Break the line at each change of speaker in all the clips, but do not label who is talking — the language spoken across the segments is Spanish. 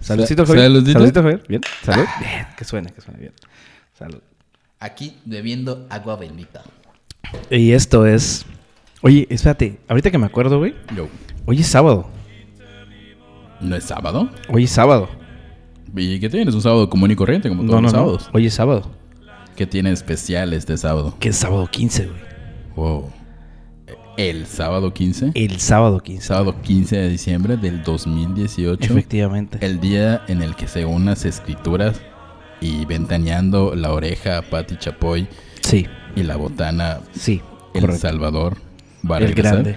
Saludcito, Javier.
Saludcito.
Saludcito, Javier. Bien.
Ah.
Salud. Bien. Que suene, que suene bien. Salud.
Aquí bebiendo agua bendita.
Y esto es. Oye, espérate. Ahorita que me acuerdo, güey.
Yo.
Hoy es sábado.
¿No es sábado?
Hoy es sábado.
¿Y qué tienes? Un sábado común y corriente, como todos
No, no,
los
no.
sábados.
Hoy es sábado.
¿Qué tiene especial este sábado?
Que es sábado 15, güey.
Wow. ¿El sábado 15?
El sábado 15.
Sábado 15 de diciembre del 2018.
Efectivamente.
El día en el que según las escrituras y ventaneando la oreja a Patti Chapoy
Sí,
y la botana
sí.
El
correcto.
Salvador va a
El
regresar.
grande,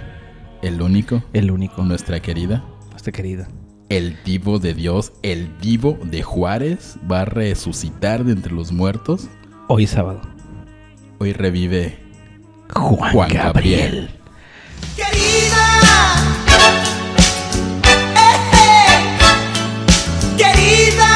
El único.
el único. este
Con nuestra querida.
Nuestra querida.
El divo de Dios, el divo de Juárez va a resucitar de entre los muertos.
Hoy es sábado.
Hoy revive
Juan,
Juan
Gabriel.
Gabriel.
Querida, eh, eh, querida,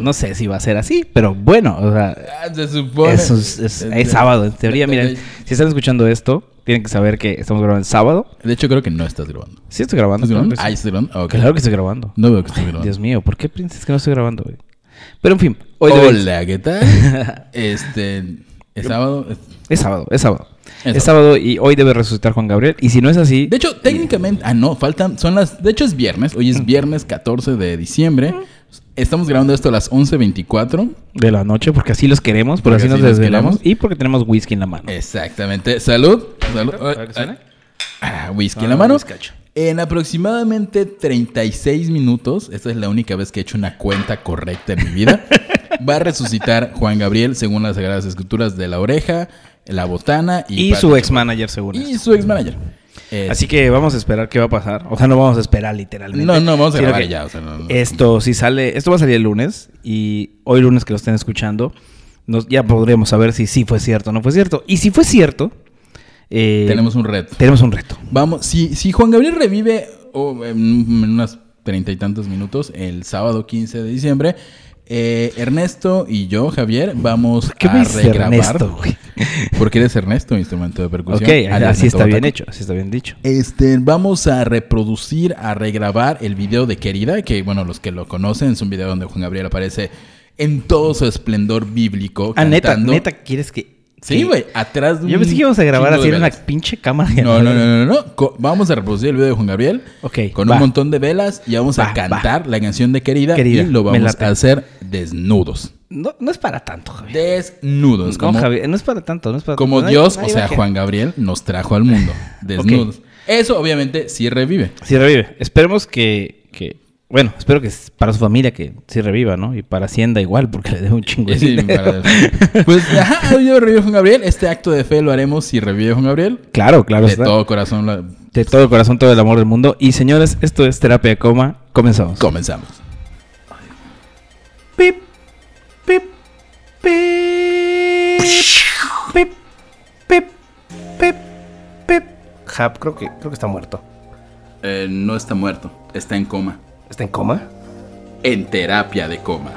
No sé si va a ser así, pero bueno, o sea,
Ah, se supone.
es, un- es- es sábado. En teoría, miren, si están escuchando esto, tienen que saber que estamos grabando el sábado.
De hecho, creo que no estás grabando.
Sí, estoy grabando.
¿Estás grabando?
claro
Ah,
que sí.
¿estás grabando? Ah, ok.
Claro que estoy grabando.
No veo que estés grabando.
Dios mío, ¿por qué piensas que no estoy grabando, güey? Pero en fin, hoy debe-
Hola, ¿qué tal? Este. Es sábado.
es sábado, es sábado.
Es
Es sábado y hoy debe resucitar Juan Gabriel. Y si no es así,
De hecho, técnicamente. Ah, no, faltan. Son las. De hecho, es viernes. Hoy es viernes 14 de diciembre. Estamos grabando esto a las 11.24.
de la noche, porque así los queremos, porque,
Porque
así nos
así los
desvelamos
queremos.
y porque tenemos whisky en la mano.
Exactamente. Salud. Salud.
¿Para que suene?
Ah, whisky en
Ah,
la mano.
whiskacho.
En aproximadamente 36 minutos, esta es la única vez que he hecho una cuenta correcta en mi vida, va a resucitar Juan Gabriel según las Sagradas Escrituras de la oreja, la botana y,
Y
Pati
su
Chapoy.
ex manager, según
Y
esto.
su ex manager. Eh,
Así que vamos a esperar qué va a pasar. O sea, no vamos a esperar literalmente.
No, no, vamos a
sino
grabar
que
ya. o sea, no, no.
Esto sí sale, esto va a salir el lunes y hoy lunes que lo estén escuchando, nos- ya podremos saber si sí fue cierto o no fue cierto. Y si fue cierto, eh,
Tenemos un reto.
tenemos un reto.
Vamos, si, si Juan Gabriel revive oh, en, un- en unas treinta y tantos minutos, el sábado 15 de diciembre, eh, Ernesto y yo, Javier, vamos
¿Qué me
a
dice
regrabar.
Ernesto, güey?
Porque eres Ernesto, instrumento de percusión.
Ok,
alias
así está
Neto
bien
Bataco.
hecho, así está bien dicho.
Este, vamos a reproducir, a regrabar el video de Querida, que bueno, los que lo conocen, es un video donde Juan Gabriel aparece en todo su esplendor bíblico.
Ah, neta,
cantando.
neta, ¿quieres que...?
Sí,
que-
güey, atrás de
Yo pensé que íbamos a grabar
chingo
así
de
en una
velas.
pinche cámara.
No, no, no, no, no. Co- vamos a reproducir el video de Juan Gabriel.
Ok,
Con
va.
un montón de velas y vamos
Va, va.
a cantar la canción de Querida,
Querida,
y lo
me
vamos
late.
a hacer desnudos.
No, no es para tanto, Javier.
Desnudos.
No,
Pues, como
Javier, no es para tanto, no es para
como
tanto. Nadie-
Dios,
nadie
o
va a
sea,
que-
Juan Gabriel, nos trajo al mundo. Desnudos. Eso obviamente sí revive.
Sí revive. Esperemos que, que- bueno, espero que s- para su familia que sí reviva, ¿no? Y para Hacienda igual, porque le dé un chingo de
Sí,
dinero.
para- Pues, ajá, yo revive Juan Gabriel. Este acto de fe lo haremos si revive Juan Gabriel.
Claro, claro.
De
está-
todo corazón la-
de todo el corazón, todo el amor del mundo. Y señores, esto es Terapia de Coma. Comenzamos.
comenzamos.
Pip, pip, pip, pip, pip, pip, pip. Jap, creo que, creo que está muerto.
Eh, no está muerto, está en coma.
¿Está en coma?
En terapia de coma.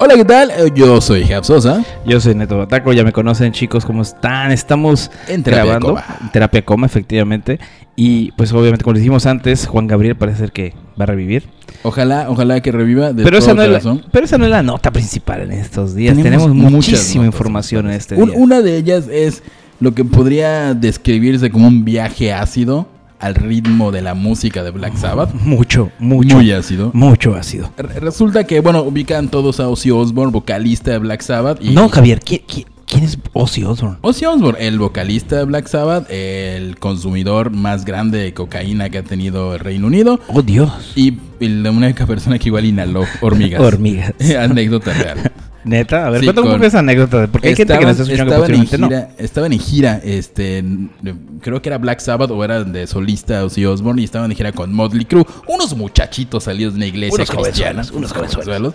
Hola, ¿qué tal? Eh, Yo soy Jab Sosa.
Yo soy Neto Bataco, ya me conocen chicos, ¿cómo están? Estamos
En terapia
grabando
coma.
en terapia coma, efectivamente. Y pues obviamente, como les dijimos antes, Juan Gabriel parece ser que va a revivir.
Ojalá, ojalá que reviva de
Pero
todo
esa, no es la,
corazón.
pero esa no es la nota principal en estos días. Tenemos,
Tenemos muchas
muchísima
notas
información en este
Un-
día.
Una de ellas es lo que podría describirse como un viaje ácido al ritmo de la música de Black Sabbath.
Mucho, mucho,
Muy ácido.
mucho ácido.
Re- Resulta que, bueno, ubican todos a Ozzy Osbourne, vocalista de Black Sabbath. Y
No, Javier, ¿quién, quién, quién es Ozzy Osbourne?
Ozzy Osbourne, el vocalista de Black Sabbath, el consumidor más grande de cocaína que ha tenido el Reino Unido.
Oh, Dios.
Y y la única persona que igual inhaló hormigas.
Hormigas.
Anécdota real.
Neta, a ver,
Sí,
cuéntame un
con-
poco esa anécdota. Porque hay gente que nos está escuchando que
estaban en
posiblemente no.
gira, Estaban en gira, este, n- creo que era Black Sabbath o era de solista Ozzy Osbourne y estaban en gira con Motley Crue, unos muchachitos salidos de una iglesia
Unos
cristiana,
jovenzuelos, unos jovenzuelos.
jovenzuelos.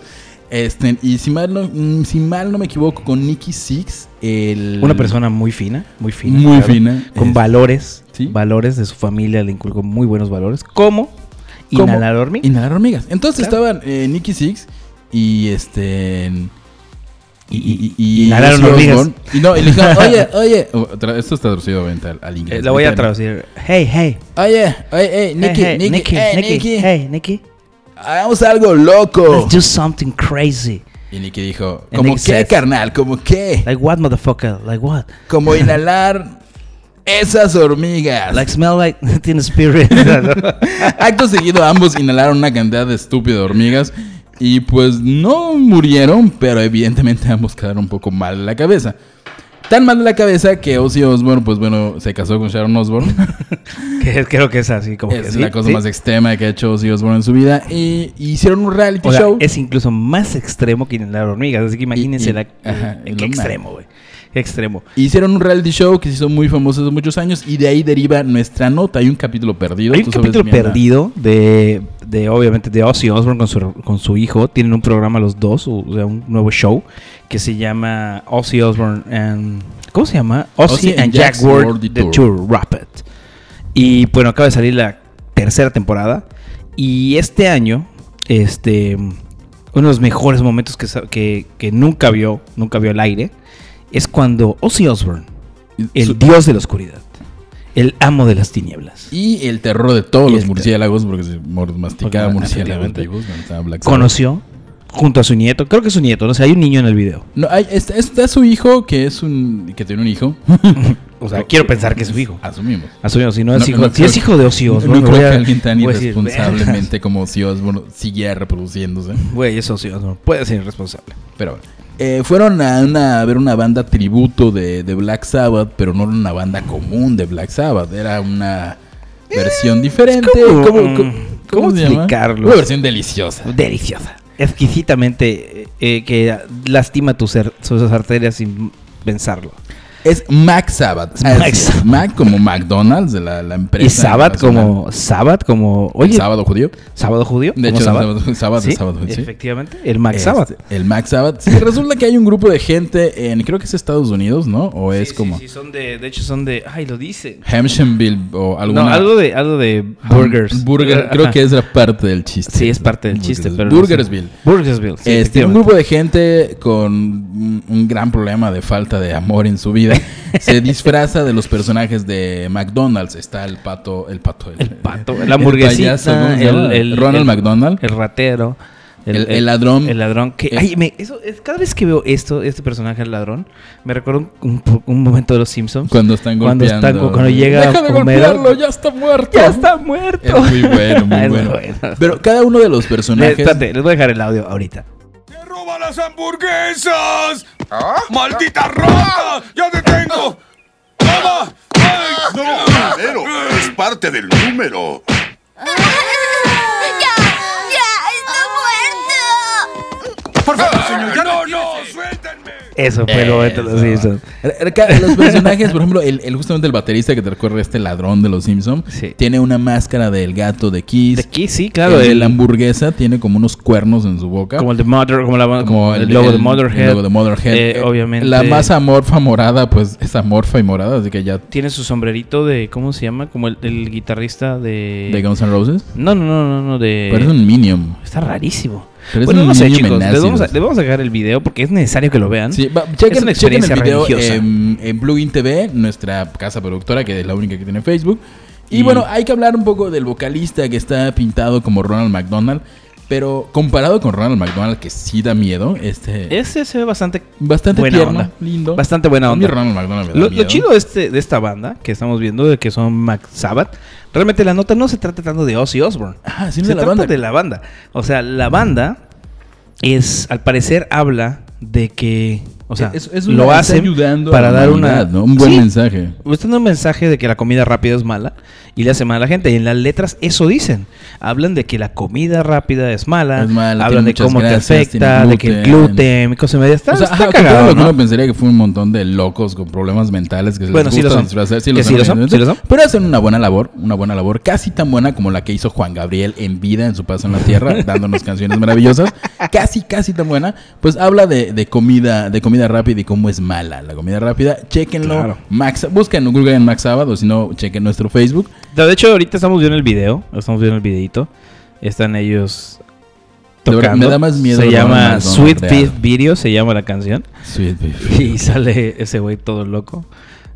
Este, y si mal, no, mm, si mal no me equivoco, con Nicky Six, el...
Una persona muy fina, muy fina.
Muy fina. este,
Con
Es-
valores,
Sí.
valores de su familia, le inculcó muy buenos valores. Como
¿Cómo?
inhalar hormigas.
eh, Inhalar hormigas. Entonces
Claro.
estaban eh, Nicky Six y este... Y, y, y,
Inhalaron
Ozzy
hormigas.
Osbourne- y no, y le dijeron, oye, oye. O- tra- Oh, Esto está traducido obviamente al, al
Eh,
inglés.
la voy a
británico.
traducir. Hey, hey.
Oye, oye, oye, Nicky,
hey, hey,
Nicky, hey, Oh. Nicky,
Hey, Nicky.
Hagamos algo loco.
Let's do something crazy.
Y Nicky dijo,
And
¿como qué,
Nicky says-
carnal? ¿Como qué?
Like what, motherfucker? Like what?
Como inhalar esas hormigas.
Like smell like teen spirit.
Acto seguido, ambos inhalaron una cantidad de estúpida de hormigas. Y pues no murieron, pero evidentemente ambos quedaron un poco mal de la cabeza. Tan mal de la cabeza que Ozzy Osbourne, pues bueno, se casó con Sharon Osbourne.
que, creo que es así como que
es
sí,
la cosa
sí.
más extrema que ha hecho Ozzy Osbourne en su vida. Y hicieron un reality
O sea,
este show.
es incluso más extremo que inhalar hormigas. Así que imagínense
y-
la,
ajá,
eh,
lo
qué
más.
extremo, güey. Qué extremo.
Hicieron un reality show que se hizo muy famoso hace muchos años y de ahí deriva nuestra nota. Hay un capítulo perdido.
Hay un
tú sabes
capítulo
bien la-
perdido de, de, obviamente, de Ozzy Osbourne con su, con su hijo. Tienen un programa los dos, o sea, un nuevo show que se llama Ozzy Osbourne and... ¿Cómo se llama? Ozzy, and Jack, Ward, The, Tour, Rapid. Y bueno, acaba de salir la tercera temporada. Y este año, este... Uno de los mejores momentos que, sa- que, que nunca vio, nunca vio al aire, es cuando Ozzy Osbourne, el
Su-
dios de la oscuridad, el amo de las tinieblas.
Y el terror de todos
Y
los
el-
murciélagos, porque se mor- masticaba
Porque,
murciélagos
efectivamente.
vivos cuando estaba Black Sabbath.
conoció junto a su nieto, creo que es su nieto, no sé, hay un niño en el video.
No, hay- está, está su hijo, que es un. que tiene un hijo.
O sea, quiero pensar que es Ah, su hijo.
Asumimos.
Asumimos, si no es
No,
hijo,
no
si
creo
es
que-
hijo de Ozzy
No,
Osbourne,
creo
voy a-
que alguien tan
voy a decir,
irresponsablemente como si Osborne siguiera reproduciéndose.
Güey, es Ozzy Osbourne, puede ser irresponsable.
Pero bueno. Eh, fueron a, una- a ver una banda tributo de, de Black Sabbath, pero no era una banda común de Black Sabbath. Era una versión diferente.
como-
Eh, ¿Cómo, cómo-
¿cómo
cómo se llama?
explicarlo?
Una versión deliciosa.
Deliciosa. Exquisitamente eh, eh, que lastima tus ser- sus arterias sin pensarlo.
Es Mac Sabbath.
Es
Ah,
Mac
es
Sabbath.
Mac como McDonald's, de la, la empresa.
y Sabbath
nacional.
como, Sabbath como,
¿El
oye, sábado,
sábado
judío.
judío. De
como
hecho,
Sabbath.
sábado- sábado,
Sí,
sábado, sí.
Efectivamente, el Max
Este,
Sabbath.
El Mac Sabbath. Sí, resulta que hay un grupo de gente en, creo que es Estados Unidos, ¿no? O es pues, como
son de, de hecho son de, ay, lo dice.
Hampshireville o alguna.
No, algo de, algo de burgers.
Burger, creo
Ajá.
que es la parte del chiste.
Sí, es parte del chiste, pero... no sé.
Burgersville.
Burgersville, sí,
Este, un
efectivamente.
grupo de gente con un un gran problema de falta de amor en su vida se disfraza de los personajes de McDonald's. Está el pato, el pato,
El pato, la hamburguesita,
payaso, ¿cómo se
el-
llama?
el-
Ronald
el-
McDonald.
El ratero.
El- el ladrón.
El ladrón que...
El-
ay, me- eso, es- cada vez que veo esto, este personaje, el ladrón, me recuerdo un, un po- un momento de Los Simpsons.
Cuando están
Cuando
golpeando.
están- cuando llega
Deja de
Homero.
golpearlo, ya está muerto.
¡Ya está muerto!
Es muy bueno, muy
Es
bueno.
bueno.
Pero cada uno de los
Le-
personajes.
espérate, les voy a dejar el audio ahorita.
¡Que roba las hamburguesas! ¡Maldita rata! ¡Ya te tengo! ¡Toma! ¡Ay!
No, primero, es parte del número.
¡Ya! ¡Ya! ¡Está muerto!
¡Por favor,
Ah,
señor! ¡No, no! ¡Suéltenme!
Eso fue el momento de Los Simpsons.
Era- era ca- Los personajes, por ejemplo, el, el- justamente el baterista que te recuerda este ladrón de los Simpsons,
Sí.
tiene una máscara del gato de
De
Kiss.
aquí, sí, claro.
el, de
el-
la hamburguesa tiene como unos cuernos en su boca.
como el de Mother, como, la, como, el,
de-
logo de
el-
Motherhead.
el logo de Motherhead.
Eh,
Eh,
obviamente.
La masa amorfa morada, pues es amorfa y morada, así que ya.
Tiene su sombrerito de, ¿cómo se llama? Como el, el guitarrista de...
De Guns N' Roses.
No, no, no, no, no, de...
Pero es un Minion.
Está rarísimo.
Pero es
bueno,
un
no sé,
niño
chicos. Les
menácido.
vamos, a, les vamos a dejar el video porque es necesario que lo vean.
Sí, va- chequen,
Es una
chequen
experiencia
el video eh, em,
religiosa.
en, en Plugin TV, nuestra casa productora, que es la única que tiene Facebook. Y,
Y-
bueno, hay que hablar un poco del vocalista que está pintado como Ronald McDonald. Pero comparado con Ronald McDonald, que sí da miedo, este.
Este se ve bastante...
bastante
buena
tierno,
onda.
lindo.
Bastante buena
A mí
onda.
Ronald McDonald me da
Lo, lo
miedo.
chido de, este, de esta banda que estamos viendo, de que son Mac Sabbath, realmente la nota no se trata tanto de Ozzy Osbourne.
Ah,
se
sí, no de la
trata
banda.
de la banda. O sea, la banda es, al parecer, habla de que... O sea,
Es- es
lo
una- está
hacen
ayudando a
para
la
dar una...
humanidad, ¿no? un buen
Sí,
mensaje.
Usted da un mensaje de que la comida rápida es mala y le hace mal a la gente. Y en las letras eso dicen. Hablan de que la comida rápida es mala.
Es mala,
hablan
tiene
de
muchas
cómo
grasas,
te afecta,
tiene
de que el
gluten.
gluten, cosas media. Está,
O sea,
está
ajá, contrario a
cagado,
lo que
¿no?
uno pensaría que fue un montón de locos con problemas mentales que se
Bueno,
les
sí lo
gusta
son.
disfrazar.
Que sí lo son,
evidentemente.
sí lo son.
Pero hacen una buena labor, una buena labor, casi tan buena como la que hizo Juan Gabriel en vida en su paso en la tierra, dándonos canciones maravillosas. Casi, casi tan buena. Pues habla de, de comida, de comida rápida y cómo es mala la comida rápida. Chequenlo.
Claro.
Max, busquen en Google en Max Sábado, si no, chequen nuestro Facebook.
De hecho, ahorita estamos viendo el video. Estamos viendo el videito. Están ellos
verdad,
tocando.
me da más miedo
Se
lo
llama
normal, lo
Sweet
real.
Beef Video, se llama la canción.
Sweet Beef.
Y sale ese güey todo loco.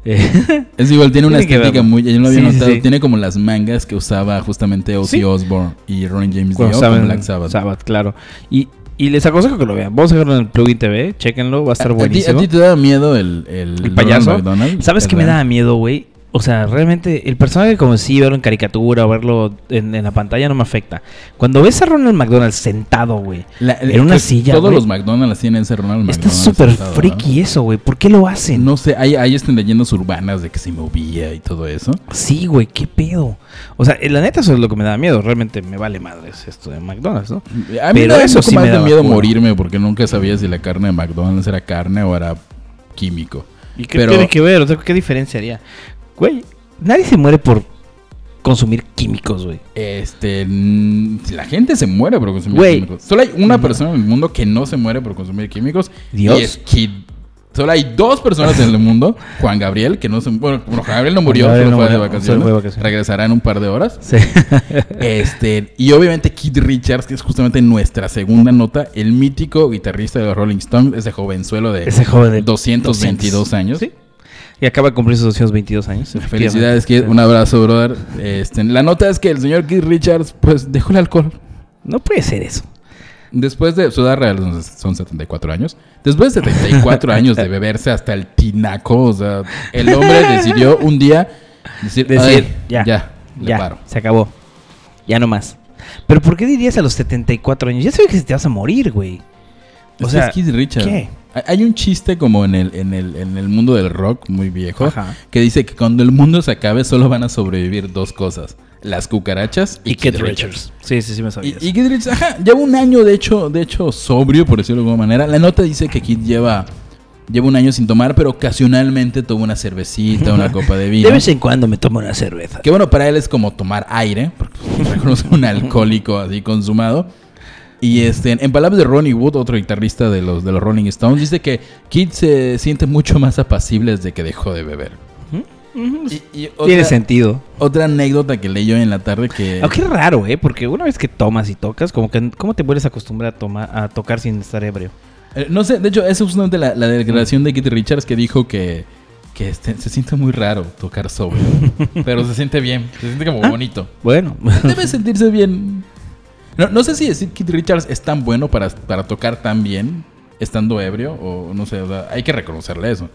Eh,
Es igual, tiene una
Tiene que
estética
verlo.
muy. Yo lo había
Sí, sí,
notado.
sí.
Tiene como las mangas que usaba justamente Ozzy
Sí.
Osbourne y Ronnie James Dio
cuando
con
saben
Black Sabbath.
Sabbath, claro. Y, y les aconsejo que lo vean. Vamos a verlo en el Plugin TV, chéquenlo, va a
¿A-
estar
a ti-
buenísimo.
¿A ti te daba miedo el, el,
el payaso.
Ronald McDonald?
¿Sabes qué me
¿Verdad?
daba miedo, güey? O sea, realmente el personaje como si verlo en caricatura o verlo en, en la pantalla no me afecta. Cuando ves a Ronald McDonald sentado, güey,
La-
en una
que
silla,
Todos
güey,
los McDonald's tienen ese Ronald
está
McDonald.
súper
sentado,
friki eso, güey. ¿Por qué lo hacen?
¿no? No sé, hay, hay este leyendas urbanas de que se movía y todo eso.
Sí, güey, qué pedo. O sea, eh, la neta eso es lo que me da miedo. Realmente me vale madres esto de McDonald's, ¿no? Pero
A mí me da
eso
un poco
sí
más
me
de
daba
miedo
culo.
morirme porque nunca sabía si la carne de McDonald's era carne o era químico.
¿Y qué
Pero-
tiene que ver? O sea, ¿qué diferencia haría? Güey, nadie se muere por consumir químicos, güey.
Este, mm, la gente se muere por consumir
Güey.
químicos. Solo hay una persona en el mundo que no se muere por consumir químicos.
¿Dios?
Y es Kid. Solo hay dos personas en el mundo. Juan Gabriel, que no se Bueno, bueno, Juan Gabriel no murió,
Gabriel
solo
no
fue de
murió,
vacaciones.
solo fue de vacaciones.
Regresará en un par de horas.
Sí.
Este, y obviamente Kid Richards, que es justamente nuestra segunda nota, el mítico guitarrista de los Rolling Stones, ese jovenzuelo de
Ese joven de
222 años.
Sí. Y acaba de cumplir sus 222 años.
Felicidades, Kid. Un abrazo, brother. Este, la nota es que el señor Kid Richards, pues, dejó el alcohol.
No puede ser eso.
Después de su edad real son- son 74 años. Después de 74 años de beberse hasta el tinaco, o sea, el hombre decidió un día decir,
Decir,
"Ay, ya,
ya,
le
ya,
paro.
se acabó. Ya no más. Pero ¿por qué dirías a los 74 años? Ya sabes que te vas a morir, güey.
O
O
sea,
sea,
es Keith Richards.
¿qué?
Hay- Hay un chiste como en el, en el, en el mundo del rock muy viejo
Ajá.
que dice que cuando el mundo se acabe solo van a sobrevivir dos cosas, las cucarachas y, Keith Richards.
Sí, sí, sí me sabía.
Y,
eso.
y Keith Richards, ajá, lleva un año de hecho, de hecho sobrio, por decirlo de alguna manera. La nota dice que Keith lleva, lleva un año sin tomar, pero ocasionalmente toma una cervecita, una copa de vino.
De vez en cuando me tomo una cerveza.
Que bueno, para él es como tomar aire, porque pues, reconoce un alcohólico así consumado. Y este, en palabras de Ronnie Wood, otro guitarrista de los, de los Rolling Stones, dice que Kid se siente mucho más apacible desde que dejó de beber. Y- y otra-
Tiene sentido.
Otra anécdota que leí yo en la tarde que...
Aunque es raro, ¿eh? Porque una vez que tomas y tocas, como que ¿cómo te vuelves a acostumbrar a, tomar, a tocar sin estar ebrio?
Eh, No sé, de hecho, esa es justamente la, la declaración de Keith Richards que dijo que, que este, se siente muy raro tocar sobrio. pero se siente bien, se siente como bonito.
Bueno,
Debe sentirse bien. No, no sé si decir Keith Richards es tan bueno para, para tocar tan bien estando ebrio o no sé, o sea, hay que reconocerle eso.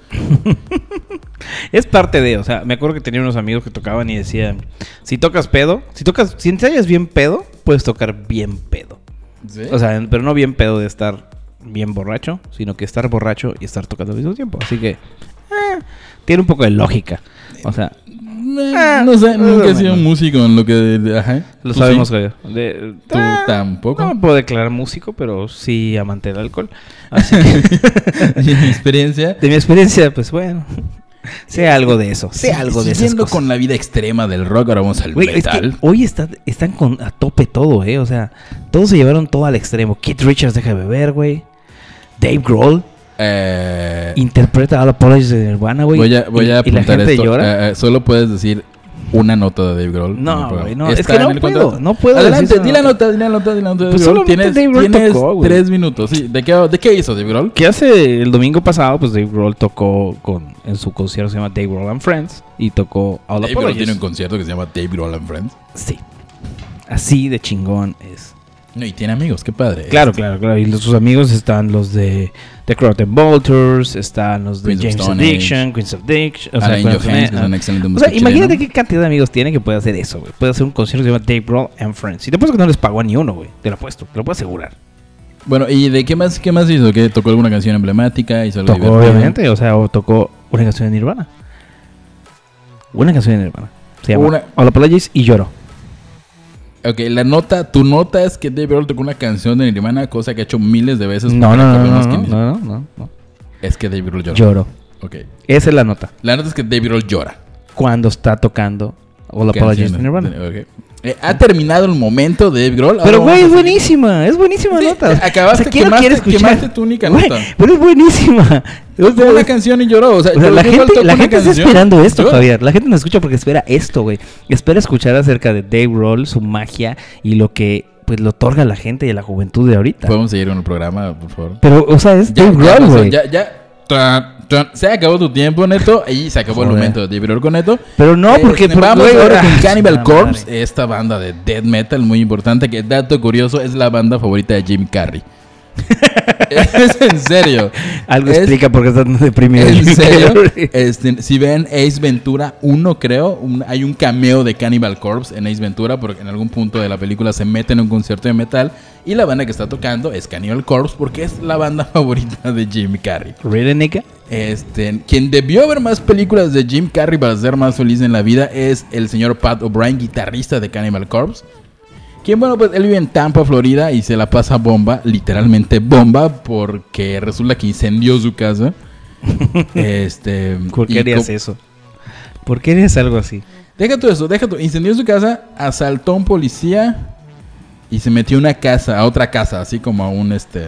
es parte de, o sea, me acuerdo que tenía unos amigos que tocaban y decían, si tocas pedo, si tocas, si ensayas bien pedo, puedes tocar bien pedo. O sea, pero no bien pedo de estar bien borracho, sino que estar borracho y estar tocando al mismo tiempo. Así que eh, tiene un poco de lógica. O sea,
Eh, no sé, nunca he sido un músico en lo que... ajá.
Ah, lo
¿Tú
sabemos,
sí?
Javier. De-
¿Tú
ah,
tampoco?
No me puedo declarar músico, pero sí amante del alcohol. Así que,
Y en mi experiencia...
de mi experiencia, pues bueno, sé algo de eso, sé
sí,
algo de esas
siguiendo
cosas.
con la vida extrema del rock, ahora vamos al
Güey, es
metal.
que hoy está- están con, a tope todo, ¿eh? O sea, todos se llevaron todo al extremo. Keith Richards deja de beber, güey. Dave Grohl
Eh,
interpreta All Apologies de Nirvana, güey.
voy a, voy
y,
a
y la
apuntar
gente
esto.
llora.
Eh, eh, solo puedes decir una nota de Dave Grohl.
No,
en el programa.
güey, no, es
Está
que
en
no
el
puedo,
contrato.
no puedo
Adelante,
decir
di
esa
la nota, di la nota, di la nota. de
Pues
Dave Grohl.
solamente
Tienes,
Dave Grohl
tienes
tocó, güey.
tres minutos. sí. ¿De, qué, ¿De qué hizo Dave Grohl?
Que hace el domingo pasado, pues Dave Grohl tocó con, en su concierto se llama Dave Grohl and Friends y tocó All
Dave Grohl tiene
Apologies.
un concierto que se llama Dave Grohl and Friends.
Sí. Así de chingón es.
No, y tiene amigos, qué padre.
Claro, claro, claro. Y los- sus amigos están los de The Crowd and Bolters, están los de
Queens of
James
Stone Age.
Addiction, Queens of Addiction. O sea,
Alain
Queens of
Johannes, que es
Addiction.
un excelente
O sea,
músico
imagínate
chileno.
qué cantidad de amigos tiene que puede hacer eso, güey. Puede hacer un concierto que se llama Dave Grohl and Friends. Y te apuesto que no les pagó a ni uno, güey. Te lo apuesto, te lo puedo asegurar.
Bueno, ¿y de qué más, qué más hizo? ¿Qué, ¿Tocó alguna canción emblemática? ¿Hizo algo
Tocó,
divertido?
obviamente, o sea, o tocó una canción de Nirvana. Una canción de Nirvana. Se llama
Una-
All Apologies y lloro.
Ok, la nota, tu nota es que Dave Grohl tocó una canción de Nirvana, cosa que ha hecho miles de veces.
No, no, no, no,
Recordemos
no,
quién
no, no, no, no.
Es que Dave Grohl llora.
Lloro.
Ok.
Esa es la nota.
La nota es que Dave Grohl llora.
Cuando está tocando All Apologies de
Canciones.
Nirvana.
Ok. Eh, ha terminado el momento de Dave Grohl.
Pero,
Ahora
güey, es
vamos a-
buenísima. Es buenísima
Sí,
nota.
eh, acabaste,
¿quién no
quemaste- quemaste tu única
Güey,
nota.
Pero es buenísima. O sea,
Tocó una
es-
canción y lloró. O sea,
o sea, la
Dave Grohl
gente,
tocó
la
una
gente está
canción,
esperando esto,
llora.
Javier. La gente no escucha porque espera esto, güey. Espera escuchar acerca de Dave Roll, su magia y lo que pues lo otorga a la gente y a la juventud de ahorita.
¿Podemos seguir con el programa, por favor?
Pero, o sea, es Dave Grohl,
pasó,
güey.
Pues, Ya, ya. Tan, tan. Se acabó tu tiempo, Neto, y se acabó el
Joder.
momento de Tiburón con Neto.
Pero no,
Eh,
porque-
sin
porque,
Vamos
güey,
ahora
ah,
con Cannibal
la
Corpse, esta banda de death metal muy importante, que dato curioso, es la banda favorita de Jim Carrey. es en serio.
Algo
Es-
explica por qué estás tan deprimido.
En
Jim
serio,
Carrey.
este, si ven Ace Ventura 1, creo, un- hay un cameo de Cannibal Corpse en Ace Ventura, porque en algún punto de la película se mete en un concierto de metal y la banda que está tocando es Cannibal Corpse porque es la banda favorita de Jim Carrey.
¿Really, nigga?
Este, quien debió ver más películas de Jim Carrey para ser más feliz en la vida es el señor Pat O'Brien, guitarrista de Cannibal Corpse. Quien, bueno, pues él vive en Tampa, Florida y se la pasa bomba, literalmente bomba, porque resulta que incendió su casa. Este,
¿Por
y
qué harías
co-
eso? ¿Por qué harías algo así?
Deja todo eso, deja todo. Incendió su casa, asaltó a un policía y se metió a una casa, a otra casa, así como a un, este,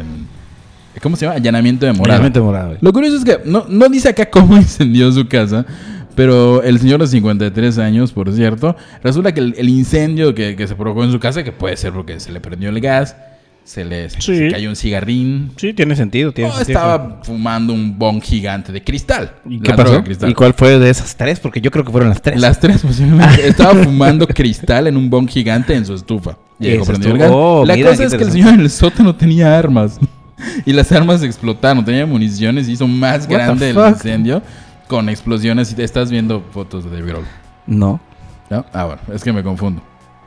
¿cómo se llama? Allanamiento de morada.
Realmente morado, güey.
Lo curioso es que no, no dice acá cómo incendió su casa, pero el señor de 53 años, por cierto, resulta que el, el incendio que, que se provocó en su casa, que puede ser porque se le prendió el gas, se le se-
Sí.
se cayó un cigarrín,
Sí, tiene sentido, tiene
o
sentido.
estaba fumando un bong gigante de cristal.
¿Y
la
qué
droga
pasó?
cristal.
¿Y cuál fue de esas tres? Porque yo creo que fueron las tres.
Las tres posiblemente. Estaba fumando cristal en un bong gigante en su estufa. Y
Y
dejó
se
prendido el
estuvo-
gas.
oh,
la
mira,
cosa
qué
es que el
interesante.
señor en el sótano tenía armas. Y las armas explotaron, tenía municiones, hizo más
the
grande el
fuck?
incendio con explosiones. Y te estás viendo fotos de David Grohl,
No.
¿no? Ah, bueno, es que me confundo.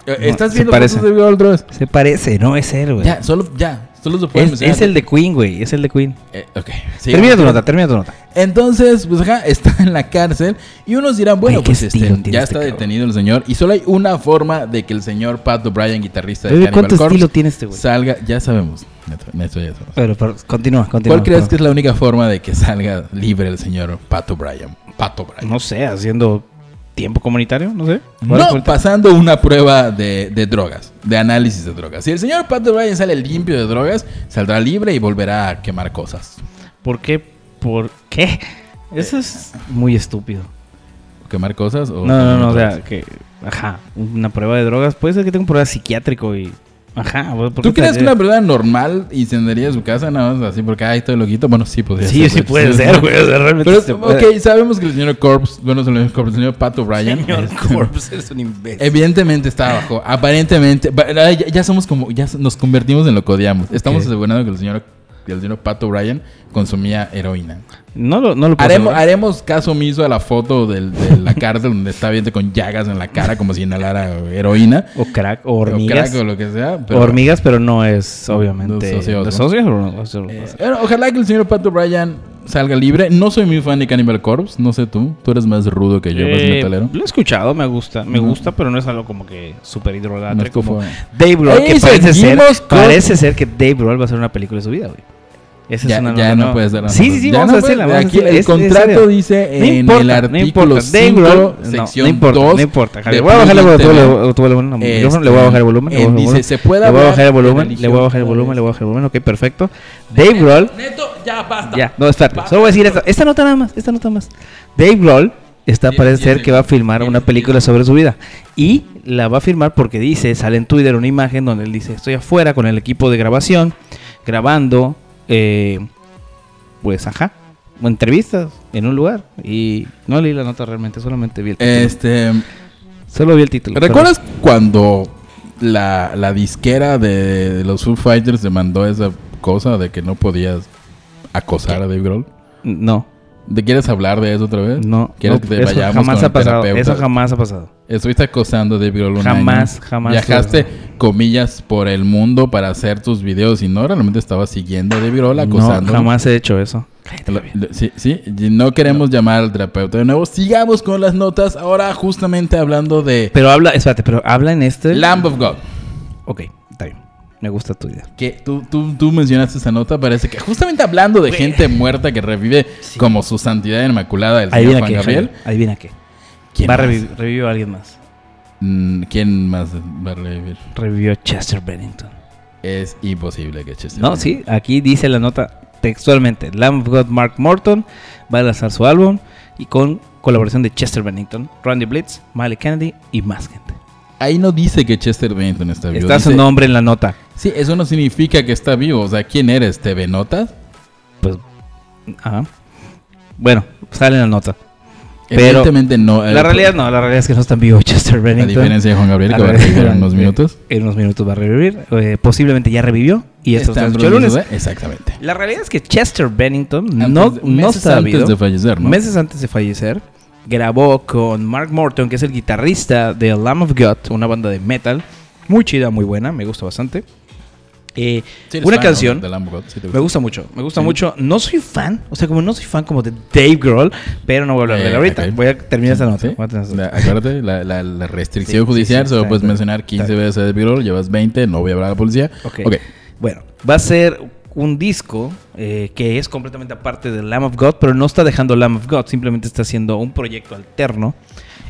Eh,
No,
estás
se
viendo
parece.
fotos de David Grohl otra vez.
Se parece, no es él, güey.
Ya, solo, ya, solo se pueden
Es, es el de Queen, güey. Es el de Queen.
ok, sí.
termina tu nota, termina tu nota.
Entonces, pues ajá, está en la cárcel y unos dirán, bueno,
Güey, ¿qué
pues este,
estilo tiene
ya
este
está
cabrón?
detenido el señor y solo hay una forma de que el señor Pat O'Brien, guitarrista de
Bebé,
Cannibal
¿cuánto
Corpse,
estilo tiene este güey?
salga, ya sabemos, Neto, Neto, ya sabemos.
Pero, pero, continúa, continúa.
¿Cuál crees que
perdón.
es la única forma de que salga libre el señor Pat O'Brien? Pat O'Brien.
No sé, haciendo tiempo comunitario, no sé.
No, pasando una prueba de, de drogas, de análisis de drogas. Si el señor Pat O'Brien sale limpio de drogas, saldrá libre y volverá a quemar cosas.
¿Por qué? ¿Por qué? Eso es muy estúpido.
¿Quemar cosas? O
No, no, no, o
drogas?
sea, que. Ajá, una prueba de drogas. Puede ser que tenga un problema psiquiátrico y. Ajá, güey, ¿por
¿Tú
qué
crees que
estaría-
una persona normal incendiaría su casa nada más así porque ay, estoy loquito? Bueno, sí podría
Sí,
ser,
sí
güey.
puede ser, güey. O sea, realmente.
Pero,
se puede.
ok, sabemos que el señor Corpse, bueno, el señor Corpse, el señor Pato Bryan,
Señor
este,
Corpse, eres un imbécil.
evidentemente está abajo. Aparentemente, ba- ay, ya, ya somos como, ya nos convertimos en lo que odiamos. Estamos
Ok.
asegurando que el señor, que el señor Pato Bryan consumía heroína.
No lo, no lo puedo
Haremos,
asegurar.
haremos caso omiso a la foto del- de la cárcel donde está viendo con llagas en la cara como si inhalara heroína.
O crack, o
o
hormigas.
crack O lo que sea.
O hormigas, pero no es, obviamente.
No es socios,
¿no es
¿no?
socios o no? O sea,
Eh, bueno, ojalá que el señor Pato Bryan salga libre. No soy muy fan de Cannibal Corpse, no sé tú. Tú eres más rudo que yo, más
eh,
metalero.
Lo he escuchado, me gusta. Me
Ujú.
gusta, pero no es algo como que súper
No
hidrolatra.
es
como
como-
Dave Grohl,
Ahí
que parece ser,
seguimos con-
parece ser que Dave Grohl va a hacer una película de su vida, güey. Esa
Ya,
es una
ya
nota
no
nueva.
puedes dar la
Sí,
nota.
sí, sí,
Ya
vamos
no
a hacerla.
puedes-
vamos a
aquí
hacerla,
el
es- es
contrato
serio.
dice
No
en
importa,
el
no
artículo
importa. Dave
5,
Grohl- no,
sección
no importa,
2
No importa, Javi.
de
Le voy a bajar el
Plugin
volumen.
TV.
Le voy a bajar el volumen, le voy a bajar el volumen. le voy a bajar el
Este,
volumen.
dice, se puede
Le voy a
hablar
bajar el
de
volumen. Le voy a
religión
bajar el
otra
volumen.
vez.
Le voy a bajar el volumen. Ok, perfecto. Dave Grohl.
Neto, ya basta.
Ya, no, espérate. Solo voy a decir esta, esta nota nada más, esta nota más. Dave Grohl está
Sí,
parece
sí,
ser
sí.
que va a filmar
Sí,
una
sí,
película sobre su vida y la va a filmar porque dice, sale en Twitter una imagen donde él dice, estoy afuera con el equipo de grabación, grabando, eh, pues, ajá, entrevistas en un lugar y no leí la nota realmente, solamente vi el título.
Este,
Solo vi el título.
¿Recuerdas cuando la, la disquera de, de los Foo Fighters te mandó esa cosa de que no podías acosar a Dave Grohl?
pero- no,
¿Te quieres hablar de eso otra vez?
no, no,
¿Quieres que te
eso
vayamos
jamás
con el
ha pasado,
terapeuta?
eso jamás ha pasado.
Estuviste acosando a Dave Grohl un
Jamás,
año.
jamás.
Viajaste, comillas, por el mundo para hacer tus videos y no realmente estabas siguiendo a Dave Grohl acosando.
No, jamás he hecho eso.
Sí, sí, y no queremos llamar al terapeuta de nuevo. Sigamos con las notas. Ahora, justamente hablando de
Pero habla, espérate, pero habla en este...
Lamb of God.
Ok, está bien. Me gusta tu idea.
Que tú, tú, tú mencionaste esa nota, parece que justamente hablando de gente muerta que revive como su santidad inmaculada, el señor
Adivina
Juan
qué,
Gabriel.
Javier, Adivina qué.
¿Quién
Va a
más?
reviv- revivió a alguien más.
Mm, ¿Quién más va a revivir?
Revivió a Chester Bennington.
Es imposible que Chester.
No, sí, aquí dice la nota textualmente. Lamb of God Mark Morton va a lanzar su álbum y con colaboración de Chester Bennington, Randy Blitz, Miley Kennedy y más gente.
ahí no dice que Chester Bennington está vivo.
Está su
dice-
nombre en la nota.
Sí, eso no significa que está vivo. O sea, ¿quién eres? ¿TV Notas?
Pues, ajá. Bueno, sale en la nota. Pero-
Evidentemente no.
La realidad no, la realidad es que no están vivo Chester
La
Bennington.
diferencia de Juan Gabriel,
La
que va a
realidad-
revivir en unos minutos.
En unos minutos va a revivir. Eh, posiblemente ya revivió. Y esto está
Están
el lunes.
producidos, ¿eh? Exactamente.
La realidad es que Chester Bennington
Antes-
no, no
meses
está
antes
vivo.
de fallecer, ¿no?
Meses antes de fallecer, grabó con Mark Morton, que es el guitarrista de Lamb of God, una banda de metal. Muy chida, muy buena, me gusta bastante. Eh,
Sí, eres
una
fan, ¿no?
canción.
de Lamb of God, sí te
Me gusta mucho, me gusta mucho. No soy fan, o sea, como no soy fan como de Dave Grohl, pero no voy a hablar de él
Eh,
ahorita.
ok.
Voy a terminar esa nota.
¿Sí?
voy a terminar esa
La-
nota.
acuérdate, la, la- la restricción
Sí, sí,
judicial,
sí,
solo
está
puedes
bien,
mencionar 15
está bien.
veces de Virol, llevas 20, no voy a hablar a la policía.
Ok.
Ok.
Bueno, va a ser un disco eh, que es completamente aparte de Lamb of God, pero no está dejando Lamb of God, simplemente está haciendo un proyecto alterno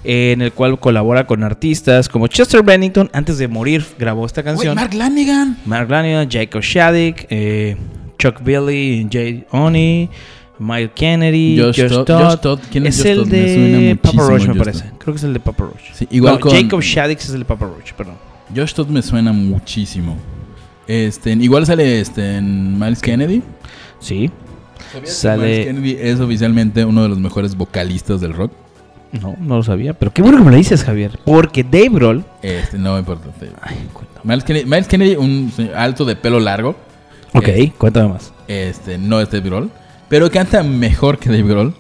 eh, en el cual colabora con artistas como Chester Bennington, antes de morir grabó esta
Güey,
canción.
Mark Lanigan.
Mark Lanigan, Jacob Shaddick, eh, Chuck Billy, Jay Oni, Mike Kennedy,
Josh
Josh,
Todd-
Todd.
Josh Todd, ¿quién es
es
Josh
el
Todd? Me suena
de Papa
muchísimo
Roach, me
Josh
parece.
Todd.
Creo que es el de Papa Roach.
Sí, igual
No,
con-
Jacob Shaddick es el de Papa Roach, perdón.
Josh Todd me suena muchísimo. Este, igual sale este, en Miles Kennedy.
Sí.
¿Sabías que
Sale-
Miles Kennedy es oficialmente uno de los mejores vocalistas del rock.
No, no lo sabía. Pero qué bueno que me lo dices, Javier. Porque Dave Grohl.
Este, no me importa. te- Miles Kennedy, Miles Kennedy, un señor alto de pelo largo. Eh,
Ok, cuéntame más.
Este, no es Dave Grohl, pero canta mejor que Dave Grohl.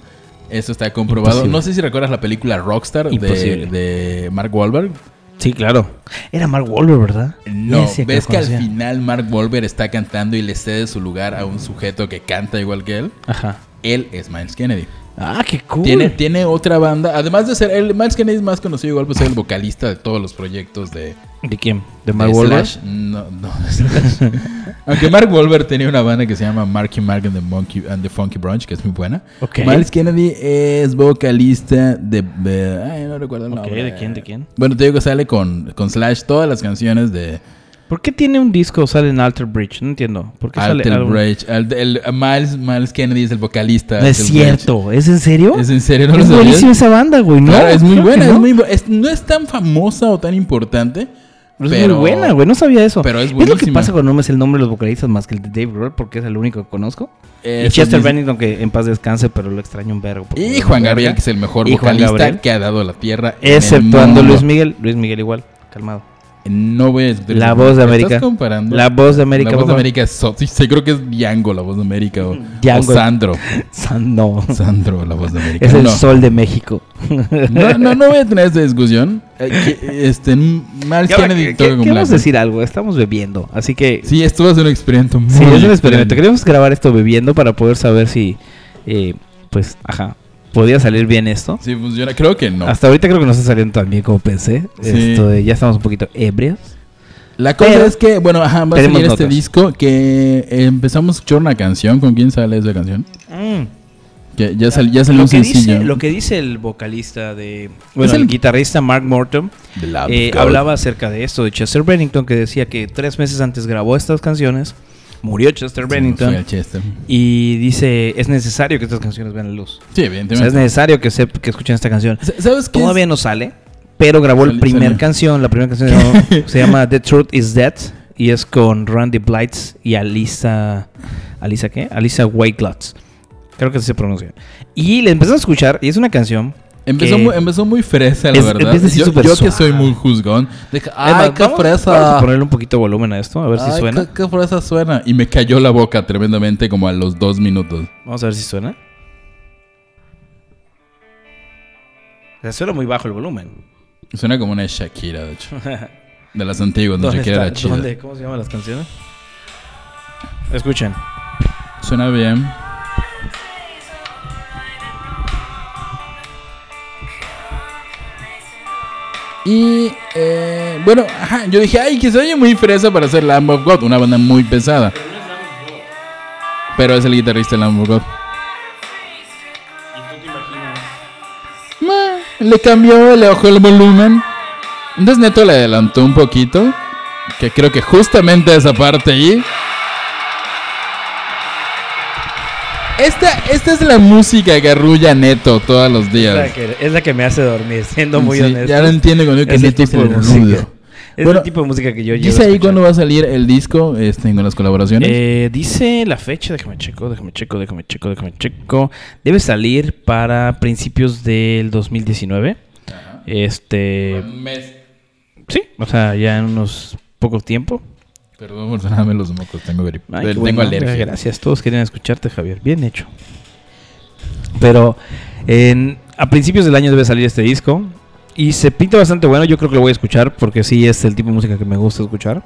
Eso está comprobado.
Imposible.
No sé si recuerdas la película Rockstar de,
Imposible.
de Mark Wahlberg.
Sí, claro. Era Mark Wahlberg, ¿verdad?
No,
Ya sé
ves
lo
que al
conocía.
final Mark Wahlberg está cantando y le cede su lugar a un sujeto que canta igual que él.
Ajá.
Él es Miles Kennedy.
Ah, qué cool.
Tiene, tiene otra banda. Además de ser el Miles Kennedy es más conocido igual por ser el vocalista de todos los proyectos de,
¿De quién? ¿De
de
Mark Wahlberg?
Slash. No, no, de Slash. Aunque Mark Wahlberg tenía una banda que se llama Marky Mark and the, Monkey, and the Funky Brunch, que es muy buena.
Ok.
Miles Kennedy es vocalista de... de- ay, no recuerdo el
Ok,
nombre.
¿de quién, de quién?
Bueno, te digo que sale con, con Slash todas las canciones de
¿Por qué tiene un disco sale en Alter Bridge? No entiendo. ¿Por qué sale
Alter
álbum?
Bridge. Alt- el, Miles, Miles Kennedy es el vocalista.
No es
del
cierto. ¿Es en serio?
Bridge. Es
Es,
en serio, no lo sabías?
buenísima esa banda, güey. No,
Claro, es muy
Creo que
buena,
No
es
es,
muy bu- es- no es tan famosa o tan importante.
muy
pero-
buena, güey. No sabía eso.
pero es
lo que
buenísima.
pasa cuando no me sé el nombre de los vocalistas más que el de Dave Grohl? Porque es el único que conozco.
Eh,
y
sí,
Chester
sí, sí.
Bennington, que en paz descanse, pero lo extraño un vergo. porque
Y
es
Juan
una
Gabriel,
verga.
que es el mejor
Y Juan
vocalista
Gabriel.
que ha dado la tierra. en el
Exceptuando
mundo.
Luis Miguel. Luis Miguel igual, calmado.
No voy a discutir
La
eso.
voz de
¿Estás
América.
comparando?
La voz de América.
La voz de
papá.
América es so- sí, sí, creo que es Django, la voz de América. O,
Django.
o Sandro.
San- no.
Sandro, la voz de América.
Es el
no.
sol de México.
no, no, no voy a tener esta discusión. Eh, que, Este, Miles
Y ahora,
Kennedy
¿qué-
toca
qué- queremos
con Blackbird.
decir algo, estamos bebiendo, así que sí,
Sí, esto va a ser un experimento muy
es un
extraño.
experimento. Queremos grabar esto bebiendo para poder saber si, eh, pues, ajá, podía salir bien esto.
Sí, funciona. Creo que no.
Hasta ahorita creo que no está saliendo tan bien como pensé.
Sí.
Esto de- ya estamos un poquito ebrios.
La cosa
Pero-
es que, bueno, ajá, va a
Tenemos
salir este
notas.
disco que empezamos a escuchar una canción. ¿Con quién sale esa canción? Mm. Que ya, sal- ya salió
Lo
un
que,
sencillo.
dice, lo que dice el vocalista de, bueno,
el-
el guitarrista Mark Morton,
The Love
eh,
of God.
hablaba acerca de esto de Chester Bennington, que decía que tres meses antes grabó estas canciones, murió Chester
Se nos fue
Bennington.
el Chester.
Y dice, es necesario que estas canciones vean la luz.
Sí,
O sea, es
evidentemente.
necesario que, se, que escuchen esta canción.
S- ¿Sabes qué? es?
Todavía no sale, pero grabó la
Sale-
primera
sale.
canción. La primera canción se llama, se llama The Truth Is Dead y es con Randy Blights y Alisa... ¿Alisa qué? Alisa Whiteglutz. Creo que así se pronuncia. Y le empezó a escuchar y es una canción...
Empezó,
que-
muy, empezó muy fresa, la
Es-
verdad.
empieza así
yo
súper
yo que
suave.
soy muy juzgón. Dije,
Es más,
¡ay, qué
vamos- Vamos
fresa!
a ponerle un poquito de volumen a esto, a ver si
Ay,
suena.
Qué, qué fresa suena. Y me cayó la boca tremendamente como a los dos minutos.
Vamos a ver si suena. O sea, suena muy bajo el volumen.
Suena como una Shakira, de hecho. De las antiguas, no
¿Dónde
Shakira era
está?
chida.
¿Dónde? ¿Cómo se llaman las canciones? Escuchen.
Suena bien. Y eh, bueno, ajá, yo dije, ay, que se oye muy fresa para hacer Lamb of God, una banda muy pesada. Pero es el guitarrista de Lamb of God. Meh, Le cambió, le bajó el volumen. Entonces Neto le adelantó un poquito. Que creo que justamente esa parte ahí. Esta, esta es la música que arrulla Neto todos los
Es la
días.
que, es la que me hace dormir, siendo muy
Sí,
honesto.
Ya lo entiendo cuando digo que
Ese
Neto es
tipo
el
de música.
rudo.
Es
Bueno,
el tipo de música que yo llevo.
Dice ahí
escuchando.
cuándo va a salir el disco este, con las colaboraciones.
Eh, dice la fecha, déjame checo, déjame checo, déjame checo, déjame checo. Debe salir para principios del 2019. Este,
Un mes.
sí, o sea, ya en unos pocos tiempo.
Perdón por sonarme los mocos, tengo gripe.
Ay, qué
tengo
bueno.
alergia.
Gracias, todos querían escucharte, Javier. Bien hecho. Pero en- a principios del año debe salir este disco. Y se pinta bastante bueno. Yo creo que lo voy a escuchar porque sí es el tipo de música que me gusta escuchar.